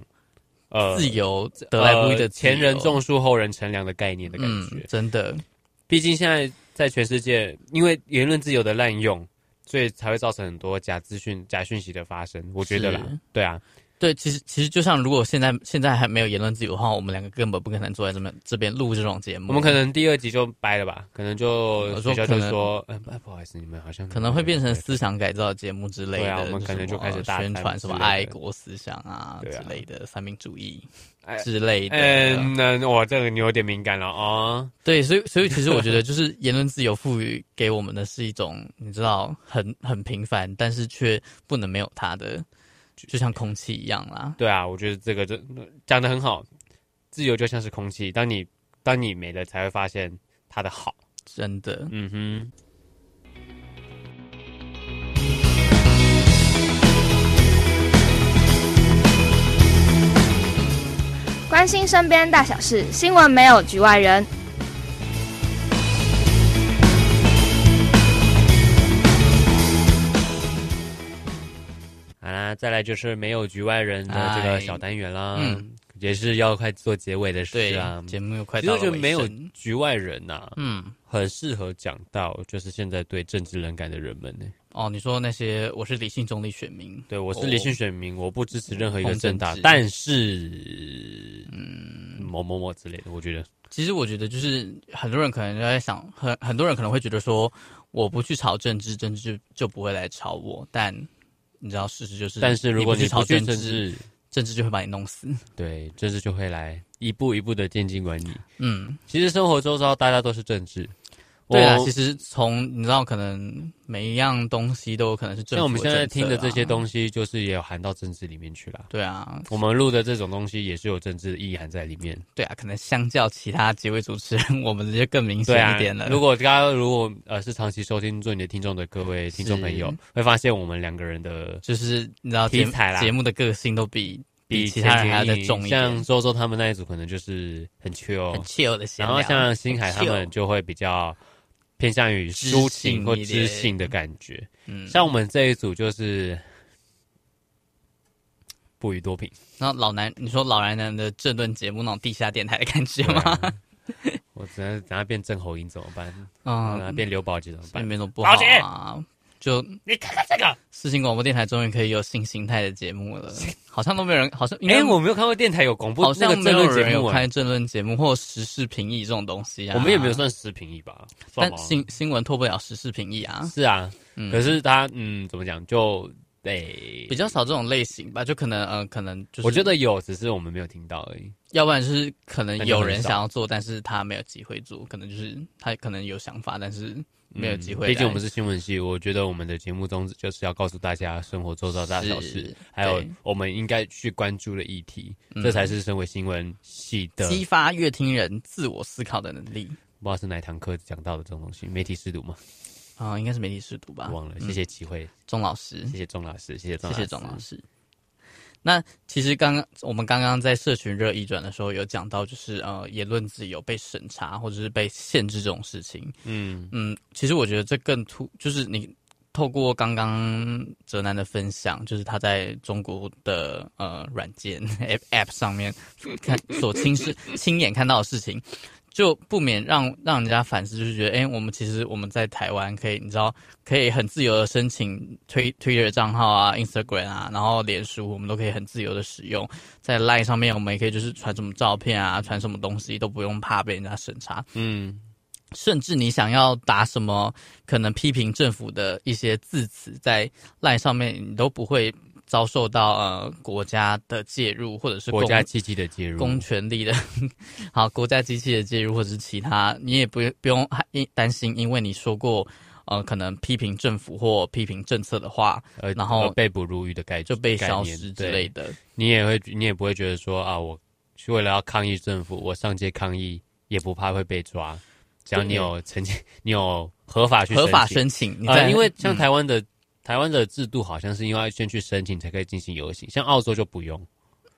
[SPEAKER 3] 呃
[SPEAKER 1] 自由得来不易
[SPEAKER 3] 呃
[SPEAKER 1] 的自由
[SPEAKER 3] 前人种树后人乘凉的概念的感觉。
[SPEAKER 1] 嗯，真的，
[SPEAKER 3] 毕竟现在在全世界，因为言论自由的滥用，所以才会造成很多假资讯、假讯息的发生。我觉得啦
[SPEAKER 1] 是，
[SPEAKER 3] 对啊，
[SPEAKER 1] 对，其实其实就像如果现在现在还没有言论自由的话，我们两个根本不可能坐在这边这边录这种节目。
[SPEAKER 3] 我们可能第二集就掰了吧，可能就
[SPEAKER 1] 嗯我说
[SPEAKER 3] 学校
[SPEAKER 1] 可
[SPEAKER 3] 就
[SPEAKER 1] 能
[SPEAKER 3] 说，嗯、哎不好意思，你们好像
[SPEAKER 1] 可能会变成思
[SPEAKER 3] 想。
[SPEAKER 1] 想改造的节目之类的，
[SPEAKER 3] 嗯对啊我们可能
[SPEAKER 1] 什么
[SPEAKER 3] 就开始大谈
[SPEAKER 1] 宣传什么
[SPEAKER 3] 之类的
[SPEAKER 1] 爱国思想啊
[SPEAKER 3] 对
[SPEAKER 1] 之
[SPEAKER 3] 啊
[SPEAKER 1] 类的三民主义
[SPEAKER 3] 哎
[SPEAKER 1] 之类的。
[SPEAKER 3] 嗯，那我这个你有点敏感了哦。
[SPEAKER 1] 对，所以所以其实我觉得，就是言论自由赋予给我们的是一种，你知道，很很平凡，但是却不能没有它的，就像空气一样啦。
[SPEAKER 3] 对啊，我觉得这个这讲的很好，自由就像是空气，当你当你没了，才会发现它的好。
[SPEAKER 1] 真的，
[SPEAKER 3] 嗯哼。
[SPEAKER 5] 关心身边大小事，新闻没有局外人。
[SPEAKER 3] 再来就是没有局外人的这个小单元啦，
[SPEAKER 1] 哎嗯
[SPEAKER 3] 也是要快做结尾的事
[SPEAKER 1] 对
[SPEAKER 3] 啊，。
[SPEAKER 1] 节目又快
[SPEAKER 3] 其
[SPEAKER 1] 到
[SPEAKER 3] 实
[SPEAKER 1] 了
[SPEAKER 3] 我觉得
[SPEAKER 1] 尾
[SPEAKER 3] 没有
[SPEAKER 1] 声
[SPEAKER 3] 局外人呐、
[SPEAKER 1] 嗯，
[SPEAKER 3] 很适合讲到就是现在对政治冷感的人们呢、
[SPEAKER 1] 哦，你说那些我是理性中立选民，
[SPEAKER 3] 对我是
[SPEAKER 1] 哦
[SPEAKER 3] 理性选民，我不支持任何一个
[SPEAKER 1] 碰
[SPEAKER 3] 政
[SPEAKER 1] 哦政
[SPEAKER 3] 党
[SPEAKER 1] 治，
[SPEAKER 3] 但是嗯某某某之类的，我觉得
[SPEAKER 1] 其实我觉得就是很多人可能就在想，很很多人可能会觉得说，我不去炒政治，政治就不会来炒我。但你知道事实就是，
[SPEAKER 3] 但是如果
[SPEAKER 1] 你不去
[SPEAKER 3] 不
[SPEAKER 1] 炒
[SPEAKER 3] 去
[SPEAKER 1] 政
[SPEAKER 3] 政
[SPEAKER 1] 治，
[SPEAKER 3] 治，
[SPEAKER 1] 政治就会把你弄死。
[SPEAKER 3] 对政治就会来一步一步的渐进管理。
[SPEAKER 1] 嗯，
[SPEAKER 3] 其实生活周遭大家都是政治，
[SPEAKER 1] 对啊，
[SPEAKER 3] 我
[SPEAKER 1] 其实从你知道，可能每一样东西都有可能是政啊
[SPEAKER 3] 像
[SPEAKER 1] 府
[SPEAKER 3] 我们现在听的这些
[SPEAKER 1] 西，
[SPEAKER 3] 东西，就是也有含到政治里面去了。
[SPEAKER 1] 对啊，
[SPEAKER 3] 我们录的这种东西也是有政治的意涵在里面，
[SPEAKER 1] 对啊，可能相较其他几位主持人，我们就更明
[SPEAKER 3] 对
[SPEAKER 1] 显
[SPEAKER 3] 啊
[SPEAKER 1] 一点了。。
[SPEAKER 3] 如果大家如果呃是长期收听做你的听众的各位听众朋友，会发现我们两个人的
[SPEAKER 1] 就是你知道节
[SPEAKER 3] 题材啦
[SPEAKER 1] 节目的个性都比
[SPEAKER 3] 比
[SPEAKER 1] 其他人还要再
[SPEAKER 3] 前几
[SPEAKER 1] 重一
[SPEAKER 3] 像
[SPEAKER 1] 点，
[SPEAKER 3] 周周他们那一组可能就是很 chill，
[SPEAKER 1] 很 chill 的闲
[SPEAKER 3] 然
[SPEAKER 1] 聊。
[SPEAKER 3] 后像星海他们就会比较偏向于抒情或
[SPEAKER 1] 知性
[SPEAKER 3] 知
[SPEAKER 1] 一点
[SPEAKER 3] 性的感觉。
[SPEAKER 1] 嗯，
[SPEAKER 3] 像我们这一组就是不予多评，
[SPEAKER 1] 然后老男，你说老男人的政论节目那种地下电台的感觉
[SPEAKER 3] 对
[SPEAKER 1] 吗？
[SPEAKER 3] 啊我只能等下变郑侯英怎么办？等下
[SPEAKER 1] 嗯，
[SPEAKER 3] 变刘宝杰怎么
[SPEAKER 1] 那
[SPEAKER 3] 办？
[SPEAKER 1] 没什么不好啊。就
[SPEAKER 3] 你看看这个，
[SPEAKER 1] 四星广播电台终于可以有新形态的节目 了，好像都没有人，好像因
[SPEAKER 3] 哎、
[SPEAKER 1] 为
[SPEAKER 3] 我没有看过电台有广播
[SPEAKER 1] 好
[SPEAKER 3] 那
[SPEAKER 1] 像
[SPEAKER 3] 个
[SPEAKER 1] 没
[SPEAKER 3] 争
[SPEAKER 1] 有
[SPEAKER 3] 论
[SPEAKER 1] 人
[SPEAKER 3] 节目、
[SPEAKER 1] 有
[SPEAKER 3] 哎
[SPEAKER 1] 开政论节目或时事评议这种东西啊。
[SPEAKER 3] 我们也没有，算时评议吧？算
[SPEAKER 1] 但
[SPEAKER 3] 吗？
[SPEAKER 1] 新新闻脱不了时事评议啊。
[SPEAKER 3] 是啊，
[SPEAKER 1] 嗯
[SPEAKER 3] 可是他嗯，怎么讲就哎，
[SPEAKER 1] 比较少这种类型吧，就可能呃，可能就是
[SPEAKER 3] 我觉得有，只是我们没有听到而已。
[SPEAKER 1] 要不然就是可能有
[SPEAKER 3] 那就很
[SPEAKER 1] 人
[SPEAKER 3] 少
[SPEAKER 1] 想要做，但是他没有机会做，可能就是他可能有想法，但是没有机会来。
[SPEAKER 3] 嗯毕竟我们是新闻系，我觉得我们的节目宗旨就是要告诉大家生活周遭大小事
[SPEAKER 1] 是，
[SPEAKER 3] 还有
[SPEAKER 1] 对
[SPEAKER 3] 我们应该去关注的议题，
[SPEAKER 1] 嗯
[SPEAKER 3] 这才是身为新闻系的，
[SPEAKER 1] 激发乐听人自我思考的能力
[SPEAKER 3] 不知道是哪一堂课讲到的这种东西，媒体试读嘛，
[SPEAKER 1] 啊、应该是媒体试读吧？
[SPEAKER 3] 忘了。
[SPEAKER 1] 嗯
[SPEAKER 3] 谢谢齐慧，
[SPEAKER 1] 钟老师，
[SPEAKER 3] 谢谢钟老师，谢谢钟
[SPEAKER 1] 谢
[SPEAKER 3] 老师，
[SPEAKER 1] 谢钟老师。那其实刚刚我们刚刚在社群热议转的时候有讲到，就是呃言论自由被审查或者是被限制这种事情。
[SPEAKER 3] 嗯，
[SPEAKER 1] 嗯，其实我觉得这更突，就是你透过刚刚泽南的分享，就是他在中国的呃软件 App App 上面看所亲视亲眼看到的事情，就不免让让人家反思，就是觉得，哎、我们其实我们在台湾可以，你知道，可以很自由的申请推 Twitter 账号啊、Instagram 啊，然后脸书我们都可以很自由的使用，在 Line 上面我们也可以就是传什么照片啊、传什么东西都不用怕被人家审查。
[SPEAKER 3] 嗯，
[SPEAKER 1] 甚至你想要打什么可能批评政府的一些字词，在赖上面你都不会遭受到呃国家的介入，或者是
[SPEAKER 3] 国家
[SPEAKER 1] 公
[SPEAKER 3] 积极的介入，
[SPEAKER 1] 公权力的 好国家机器的介入，或者是其他，你也不不用害担心，因为你说过呃可能批评政府或批评政策的话，
[SPEAKER 3] 呃，
[SPEAKER 1] 然后
[SPEAKER 3] 呃被捕入狱的概
[SPEAKER 1] 就被
[SPEAKER 3] 概
[SPEAKER 1] 消
[SPEAKER 3] 念
[SPEAKER 1] 失之
[SPEAKER 3] 对
[SPEAKER 1] 类的。
[SPEAKER 3] 你也会，你也不会觉得说啊，我是为了要抗议政府，我上街抗议也不怕会被抓，只要你有曾经，你有合法去
[SPEAKER 1] 合法
[SPEAKER 3] 申
[SPEAKER 1] 申请，你
[SPEAKER 3] 请，
[SPEAKER 1] 在嗯
[SPEAKER 3] 呃，因为像台湾的、台湾的制度好像是因为要先去申请才可以进行游行，像澳洲就不用。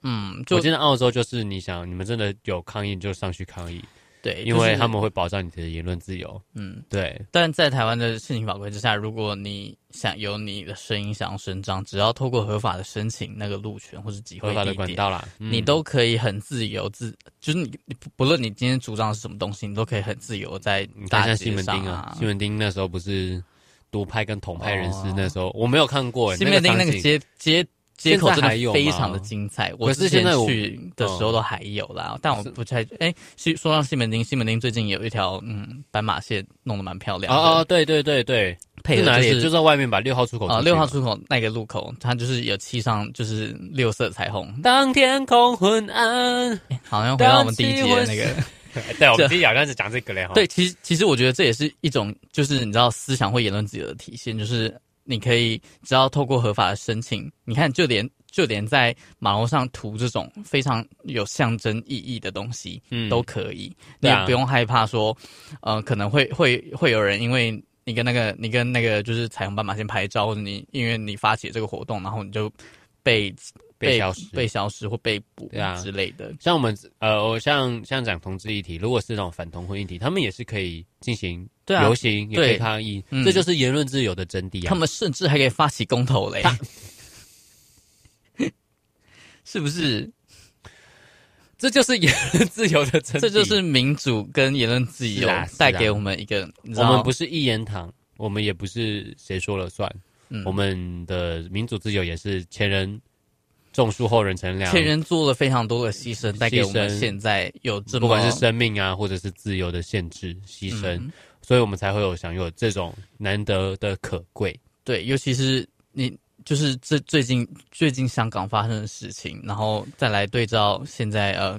[SPEAKER 1] 嗯，
[SPEAKER 3] 我
[SPEAKER 1] 就
[SPEAKER 3] 记得澳洲就是你想你们真的有抗议你就上去抗议，
[SPEAKER 1] 对，
[SPEAKER 3] 因为
[SPEAKER 1] 就是
[SPEAKER 3] 他们会保障你的言论自由。
[SPEAKER 1] 嗯。
[SPEAKER 3] 对，
[SPEAKER 1] 但在台湾的现行法规之下，如果你想有你的声音想要伸张，只要透过合法的申请那个路权或是集会
[SPEAKER 3] 合法的
[SPEAKER 1] 地
[SPEAKER 3] 管
[SPEAKER 1] 点，
[SPEAKER 3] 道啦，嗯
[SPEAKER 1] 你都可以很自由自，就是你你不不论你今天主张是什么东西，你都可以很自由在
[SPEAKER 3] 你看
[SPEAKER 1] 大
[SPEAKER 3] 像嗯西
[SPEAKER 1] 街
[SPEAKER 3] 门町
[SPEAKER 1] 上
[SPEAKER 3] 啊，西门町那时候不是独派跟统派人士
[SPEAKER 1] 哦
[SPEAKER 3] 那时候、我没有看过、欸，
[SPEAKER 1] 西门町
[SPEAKER 3] 那
[SPEAKER 1] 那个
[SPEAKER 3] 个场景
[SPEAKER 1] 街街街口真
[SPEAKER 3] 现在还
[SPEAKER 1] 的
[SPEAKER 3] 有吗
[SPEAKER 1] 非常的精彩，我
[SPEAKER 3] 可是
[SPEAKER 1] 之前
[SPEAKER 3] 现在我嗯
[SPEAKER 1] 去的时候都还有啦，但我不太哎，西说到西门町，西门町最近有一条嗯斑马线弄得蛮漂亮的，
[SPEAKER 3] 哦哦，对对对对，
[SPEAKER 1] 啊配
[SPEAKER 3] 是
[SPEAKER 1] 合
[SPEAKER 3] 哪里？
[SPEAKER 1] 就
[SPEAKER 3] 就是在外面吧，六号出口
[SPEAKER 1] 啊，
[SPEAKER 3] 出去
[SPEAKER 1] 六号
[SPEAKER 3] 嘛。
[SPEAKER 1] 出口那个路口，它就是有漆上就是六色彩虹，
[SPEAKER 3] 当天空昏 暗，
[SPEAKER 1] 好像回到我们第一节的那个。
[SPEAKER 3] 啊对，我们第一好像是讲这个嘞哈
[SPEAKER 1] 对，，其实其实我觉得这也是一种，就是你知道思想或言论自由的体现，就是你可以只要透过合法的申请，你看就连就连在马路上涂这种非常有象征意义的东西，
[SPEAKER 3] 嗯
[SPEAKER 1] 都可以，你也
[SPEAKER 3] 对啊
[SPEAKER 1] 不用害怕说，呃，可能会会会有人因为你跟那个你跟那个就是彩虹斑马线拍照，或者你因为你发起这个活动，然后你就被
[SPEAKER 3] 被消失
[SPEAKER 1] 被消失或被捕
[SPEAKER 3] 对啊
[SPEAKER 1] 之类的。
[SPEAKER 3] 像我们呃，我像像讲同志议题，如果是那种反同婚议题，他们也是可以进行
[SPEAKER 1] 对啊
[SPEAKER 3] 游行，也可以
[SPEAKER 1] 对
[SPEAKER 3] 抗议，
[SPEAKER 1] 嗯
[SPEAKER 3] 这就是言论自由的真谛啊。
[SPEAKER 1] 他们甚至还可以发起公投嘞， 是不是？
[SPEAKER 3] 这就是言论自由的 真谛。
[SPEAKER 1] 这就是民主跟言论自由
[SPEAKER 3] 是啊是啊
[SPEAKER 1] 带给我们一个，你知
[SPEAKER 3] 我
[SPEAKER 1] 道
[SPEAKER 3] 们不是一言堂，我们也不是谁说了算，
[SPEAKER 1] 嗯
[SPEAKER 3] 我们的民主自由也是前人种树，后人乘凉。
[SPEAKER 1] 前人做了非常多的牺牲，带给我们
[SPEAKER 3] 牺牲
[SPEAKER 1] 现在有这么
[SPEAKER 3] 不管是生命啊，或者是自由的限制、牺牲，
[SPEAKER 1] 嗯
[SPEAKER 3] 所以我们才会有享有这种难得的可贵。
[SPEAKER 1] 对，尤其是你就是这最近最近香港发生的事情，然后再来对照现在呃，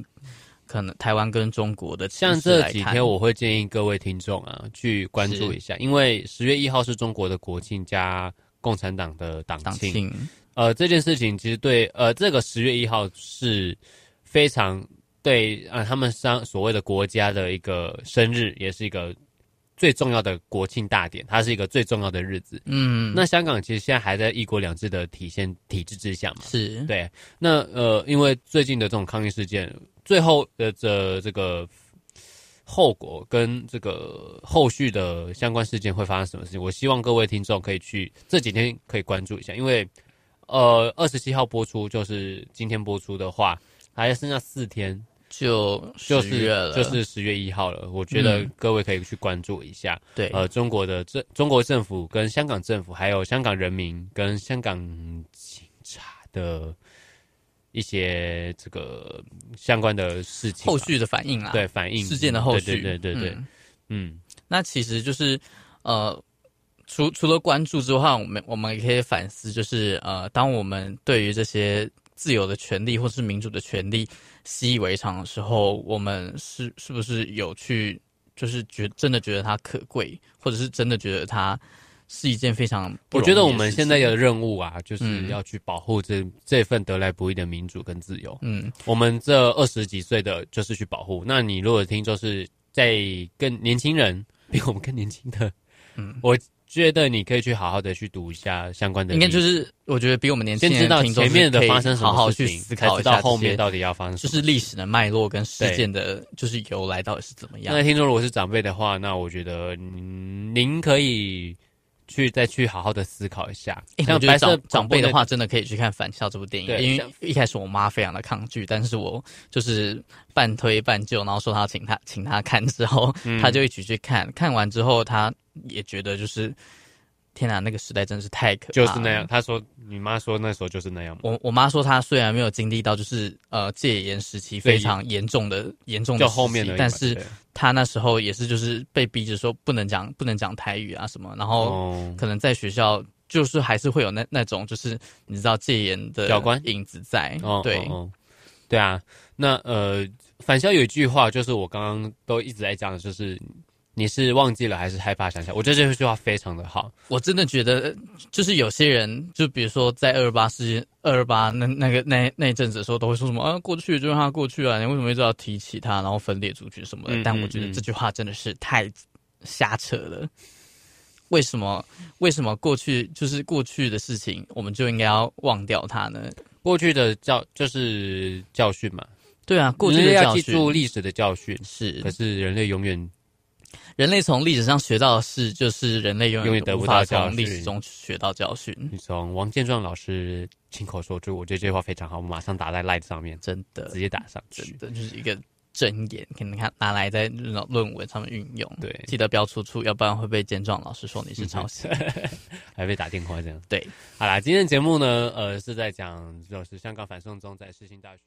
[SPEAKER 1] 可能台湾跟中国的
[SPEAKER 3] 像
[SPEAKER 1] 情势
[SPEAKER 3] 这
[SPEAKER 1] 来
[SPEAKER 3] 几
[SPEAKER 1] 看
[SPEAKER 3] 天，我会建议各位听众啊，去关注一下，因为十月一号是中国的国庆加共产党的党
[SPEAKER 1] 党
[SPEAKER 3] 庆。
[SPEAKER 1] 庆
[SPEAKER 3] 呃，这件事情其实对呃，这个十月一号是非常对呃他们上所谓的国家的一个生日，也是一个最重要的国庆大典，它是一个最重要的日子。
[SPEAKER 1] 嗯，
[SPEAKER 3] 那香港其实现在还在一国两制的体现体制之下嘛，
[SPEAKER 1] 是
[SPEAKER 3] 对，那呃，因为最近的这种抗议事件，最后的这这个后果跟这个后续的相关事件会发生什么事情，我希望各位听众可以去这几天可以关注一下，因为呃，二十七号播出就是今天播出的话，还剩下四天，
[SPEAKER 1] 就
[SPEAKER 3] 就
[SPEAKER 1] 10
[SPEAKER 3] 是
[SPEAKER 1] 月了，
[SPEAKER 3] 就是十月一号了，我觉得
[SPEAKER 1] 嗯
[SPEAKER 3] 各位可以去关注一下。
[SPEAKER 1] 对，
[SPEAKER 3] 呃，中国的政中国政府跟香港政府，还有香港人民跟香港警察的一些这个相关的事情吧，
[SPEAKER 1] 后续的反应啦，
[SPEAKER 3] 对反应
[SPEAKER 1] 事件的后续，
[SPEAKER 3] 对对对对对
[SPEAKER 1] 嗯
[SPEAKER 3] 嗯，
[SPEAKER 1] 那其实就是呃，除除了关注之外，我们我们也可以反思，就是呃，当我们对于这些自由的权利或是民主的权利习以为常的时候，我们是是不是有去就是觉真的觉得它可贵，或者是真的觉得它是一件非常不
[SPEAKER 3] 我
[SPEAKER 1] 容
[SPEAKER 3] 觉
[SPEAKER 1] 易的
[SPEAKER 3] 得我们
[SPEAKER 1] 事
[SPEAKER 3] 现在
[SPEAKER 1] 情
[SPEAKER 3] 的任务啊，就是
[SPEAKER 1] 嗯
[SPEAKER 3] 要去保护这、这份得来不易的民主跟自由。
[SPEAKER 1] 嗯
[SPEAKER 3] 我们这二十几岁的就是去保护。那你如果听就是在更年轻人，比我们更年轻的，
[SPEAKER 1] 嗯，
[SPEAKER 3] 我觉得你可以去好好的去读一下相关的
[SPEAKER 1] 应
[SPEAKER 3] 历史，
[SPEAKER 1] 该就是我觉得比我们年轻
[SPEAKER 3] 先
[SPEAKER 1] 人
[SPEAKER 3] 知道
[SPEAKER 1] 听众
[SPEAKER 3] 前面
[SPEAKER 1] 是可
[SPEAKER 3] 的
[SPEAKER 1] 以
[SPEAKER 3] 发生什
[SPEAKER 1] 好好
[SPEAKER 3] 么
[SPEAKER 1] 去
[SPEAKER 3] 事情，
[SPEAKER 1] 思
[SPEAKER 3] 才
[SPEAKER 1] 考
[SPEAKER 3] 知
[SPEAKER 1] 一下
[SPEAKER 3] 道
[SPEAKER 1] 这
[SPEAKER 3] 后
[SPEAKER 1] 些
[SPEAKER 3] 面到底要发生什
[SPEAKER 1] 就
[SPEAKER 3] 么。
[SPEAKER 1] 是历史的脉络跟事
[SPEAKER 3] 对
[SPEAKER 1] 件的，就是由来到底是怎么样
[SPEAKER 3] 那。听众如果是长辈的话，那我觉得您您可以去再去好好的思考一下。
[SPEAKER 1] 欸我
[SPEAKER 3] 像
[SPEAKER 1] 觉得
[SPEAKER 3] 白色
[SPEAKER 1] 长长辈的
[SPEAKER 3] 话。
[SPEAKER 1] 话，真的可以去看《返校》这部电影，
[SPEAKER 3] 对
[SPEAKER 1] 因为
[SPEAKER 3] 像
[SPEAKER 1] 一开始我妈非常的抗拒，但是我就是半推半就，然后说她请她请她看之后，
[SPEAKER 3] 嗯
[SPEAKER 1] 她就一起去看，看完之后她也觉得就是天啊哪，那个时代真是太可怕
[SPEAKER 3] 就
[SPEAKER 1] 了，
[SPEAKER 3] 是那样。。他说，你妈说那时候就是那样嘛，
[SPEAKER 1] 我我妈说，她虽然没有经历到就是呃戒严时期非
[SPEAKER 3] 对
[SPEAKER 1] 常严重的严重的
[SPEAKER 3] 就
[SPEAKER 1] 时期，
[SPEAKER 3] 后面的，
[SPEAKER 1] 但是她那时候也是就是被逼着说不能讲不能讲台语啊什么，然后
[SPEAKER 3] 哦，
[SPEAKER 1] 可能在学校就是还是会有那那种就是你知道戒严的
[SPEAKER 3] 教官
[SPEAKER 1] 影子在，
[SPEAKER 3] 哦，
[SPEAKER 1] 对，
[SPEAKER 3] 哦哦对啊。那呃，返校有一句话，就是我刚刚都一直在讲的，就是你是忘记了还是害怕想起来？我觉得这句话非常的好，
[SPEAKER 1] 我真的觉得就是有些人，就比如说在二二八事件、二二八那那个那那一阵子的时候，都会说什么啊，过去就让它过去啊，你为什么一直要提起它，然后分裂族群什么的？
[SPEAKER 3] 嗯
[SPEAKER 1] 但
[SPEAKER 3] 嗯
[SPEAKER 1] 我觉得
[SPEAKER 3] 嗯
[SPEAKER 1] 这句话真的是太瞎扯了。为什么？为什么过去就是过去的事情，我们就应该要忘掉它呢？
[SPEAKER 3] 过去的教就是教训嘛，
[SPEAKER 1] 对啊，过去
[SPEAKER 3] 人
[SPEAKER 1] 的
[SPEAKER 3] 类
[SPEAKER 1] 教
[SPEAKER 3] 要记
[SPEAKER 1] 训
[SPEAKER 3] 住历史的教训。
[SPEAKER 1] 是
[SPEAKER 3] 可是人类永远
[SPEAKER 1] 人类从历史上学到的事，就是人类永远
[SPEAKER 3] 永远得
[SPEAKER 1] 无
[SPEAKER 3] 不
[SPEAKER 1] 法
[SPEAKER 3] 到教
[SPEAKER 1] 从历史
[SPEAKER 3] 训
[SPEAKER 1] 中学到教训，
[SPEAKER 3] 从王建壮老师亲口说出，我觉得这句话非常好，我马上打在 line 上面，
[SPEAKER 1] 真的
[SPEAKER 3] 直，接打上去
[SPEAKER 1] 真。的就是一个箴言，可能看拿来在那种论文上面运用。
[SPEAKER 3] 对
[SPEAKER 1] 记得标出处，要不然会被监壮老师说你是抄袭。
[SPEAKER 3] 还被打电话这样。
[SPEAKER 1] 对，
[SPEAKER 3] 好啦，今天的节目呢，呃，是在讲就是香港反送中在世新大学。